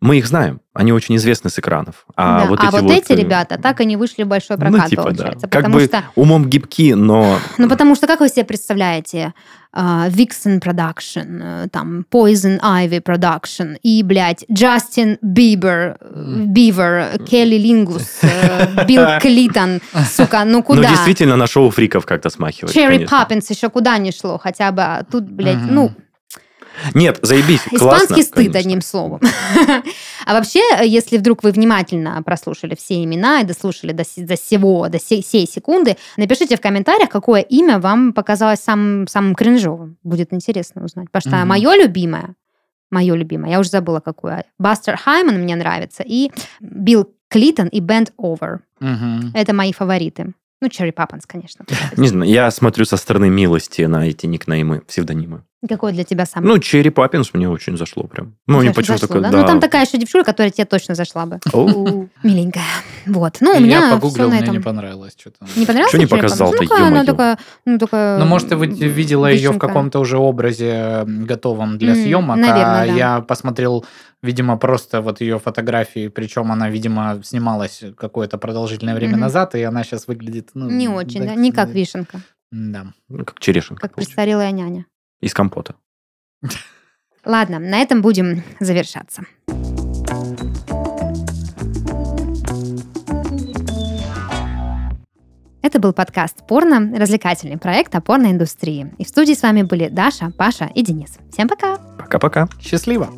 Speaker 3: мы их знаем, они очень известны с экранов. А
Speaker 1: Да,
Speaker 3: вот
Speaker 1: а
Speaker 3: эти
Speaker 1: вот,
Speaker 3: вот
Speaker 1: эти
Speaker 3: э,
Speaker 1: ребята так и не вышли в большой
Speaker 3: ну,
Speaker 1: прокат,
Speaker 3: типа, да.
Speaker 1: получается.
Speaker 3: Как
Speaker 1: потому
Speaker 3: бы э,
Speaker 1: что,
Speaker 3: умом гибки, но...
Speaker 1: ну, потому что, как вы себе представляете, а, Vixen Production, э, там, Poison Ivy Production и, блядь, э, Джастин Бибер,
Speaker 2: М.
Speaker 1: Бивер, Келли Лингус, э, Билл Клитон, сука, ну
Speaker 3: Ну,
Speaker 1: куда?
Speaker 3: действительно, на шоу фриков как-то смахивает.
Speaker 1: Черри
Speaker 3: конечно.
Speaker 1: Паппинс еще куда не шло, хотя бы а тут, блядь,
Speaker 2: Мгм.
Speaker 1: ну,
Speaker 3: Нет, заебись, классно.
Speaker 1: А Испанский стыд,
Speaker 3: конечно.
Speaker 1: одним словом. А вообще, если вдруг вы внимательно прослушали все имена и дослушали до, се- до сего, до се- сей секунды, напишите в комментариях, какое имя вам показалось самым, самым кринжовым. Будет интересно узнать. Потому что
Speaker 2: Мгм.
Speaker 1: мое любимое, мое любимое, я уже забыла, какое. Бастер Хайман мне нравится, и Билл Клитон и Бенд Овер.
Speaker 2: Мгм.
Speaker 1: Это мои фавориты. Ну, Черри Паппанс, конечно.
Speaker 3: Не знаю, я смотрю со стороны милости на эти никнеймы, псевдонимы.
Speaker 1: Какой для тебя самый?
Speaker 3: Ну, Черри Паппинс мне очень зашло прям. Ну,
Speaker 1: Слушай,
Speaker 3: и почему
Speaker 1: зашло,
Speaker 3: такое,
Speaker 1: да?
Speaker 3: да.
Speaker 1: Ну, там такая еще девчуля, которая тебе точно зашла бы.
Speaker 3: О,
Speaker 1: Миленькая. Вот. Ну, у
Speaker 2: И
Speaker 1: меня
Speaker 2: я
Speaker 1: всё
Speaker 2: погуглил,
Speaker 1: на
Speaker 2: мне
Speaker 1: этом.
Speaker 2: не понравилось что-то.
Speaker 1: Не понравилось?
Speaker 3: Чё не показал ты,
Speaker 1: Ну, такая, она
Speaker 3: ё-моё?
Speaker 1: такая, ну, такая...
Speaker 2: Ну, может, ты вот видела ее в
Speaker 1: вишенка.
Speaker 2: каком-то уже образе э, готовом
Speaker 1: М,
Speaker 2: для съемок. а
Speaker 1: наверное, да.
Speaker 2: я посмотрел, видимо, просто вот ее фотографии, причем она, видимо, снималась какое-то продолжительное время
Speaker 1: Мгм.
Speaker 2: назад, и она сейчас выглядит... ну,
Speaker 1: Не очень,
Speaker 2: так
Speaker 1: да? Не как
Speaker 2: себе.
Speaker 1: вишенка,
Speaker 2: Да.
Speaker 3: ну, как черешенка.
Speaker 1: как
Speaker 3: получается.
Speaker 1: престарелая няня.
Speaker 3: Из компота.
Speaker 1: Ладно, на этом будем завершаться. Это был подкаст «Порно», развлекательный проект о порноиндустрии. И в студии с вами были Даша, Паша и Денис. Всем пока!
Speaker 3: Пока-пока.
Speaker 2: Счастливо!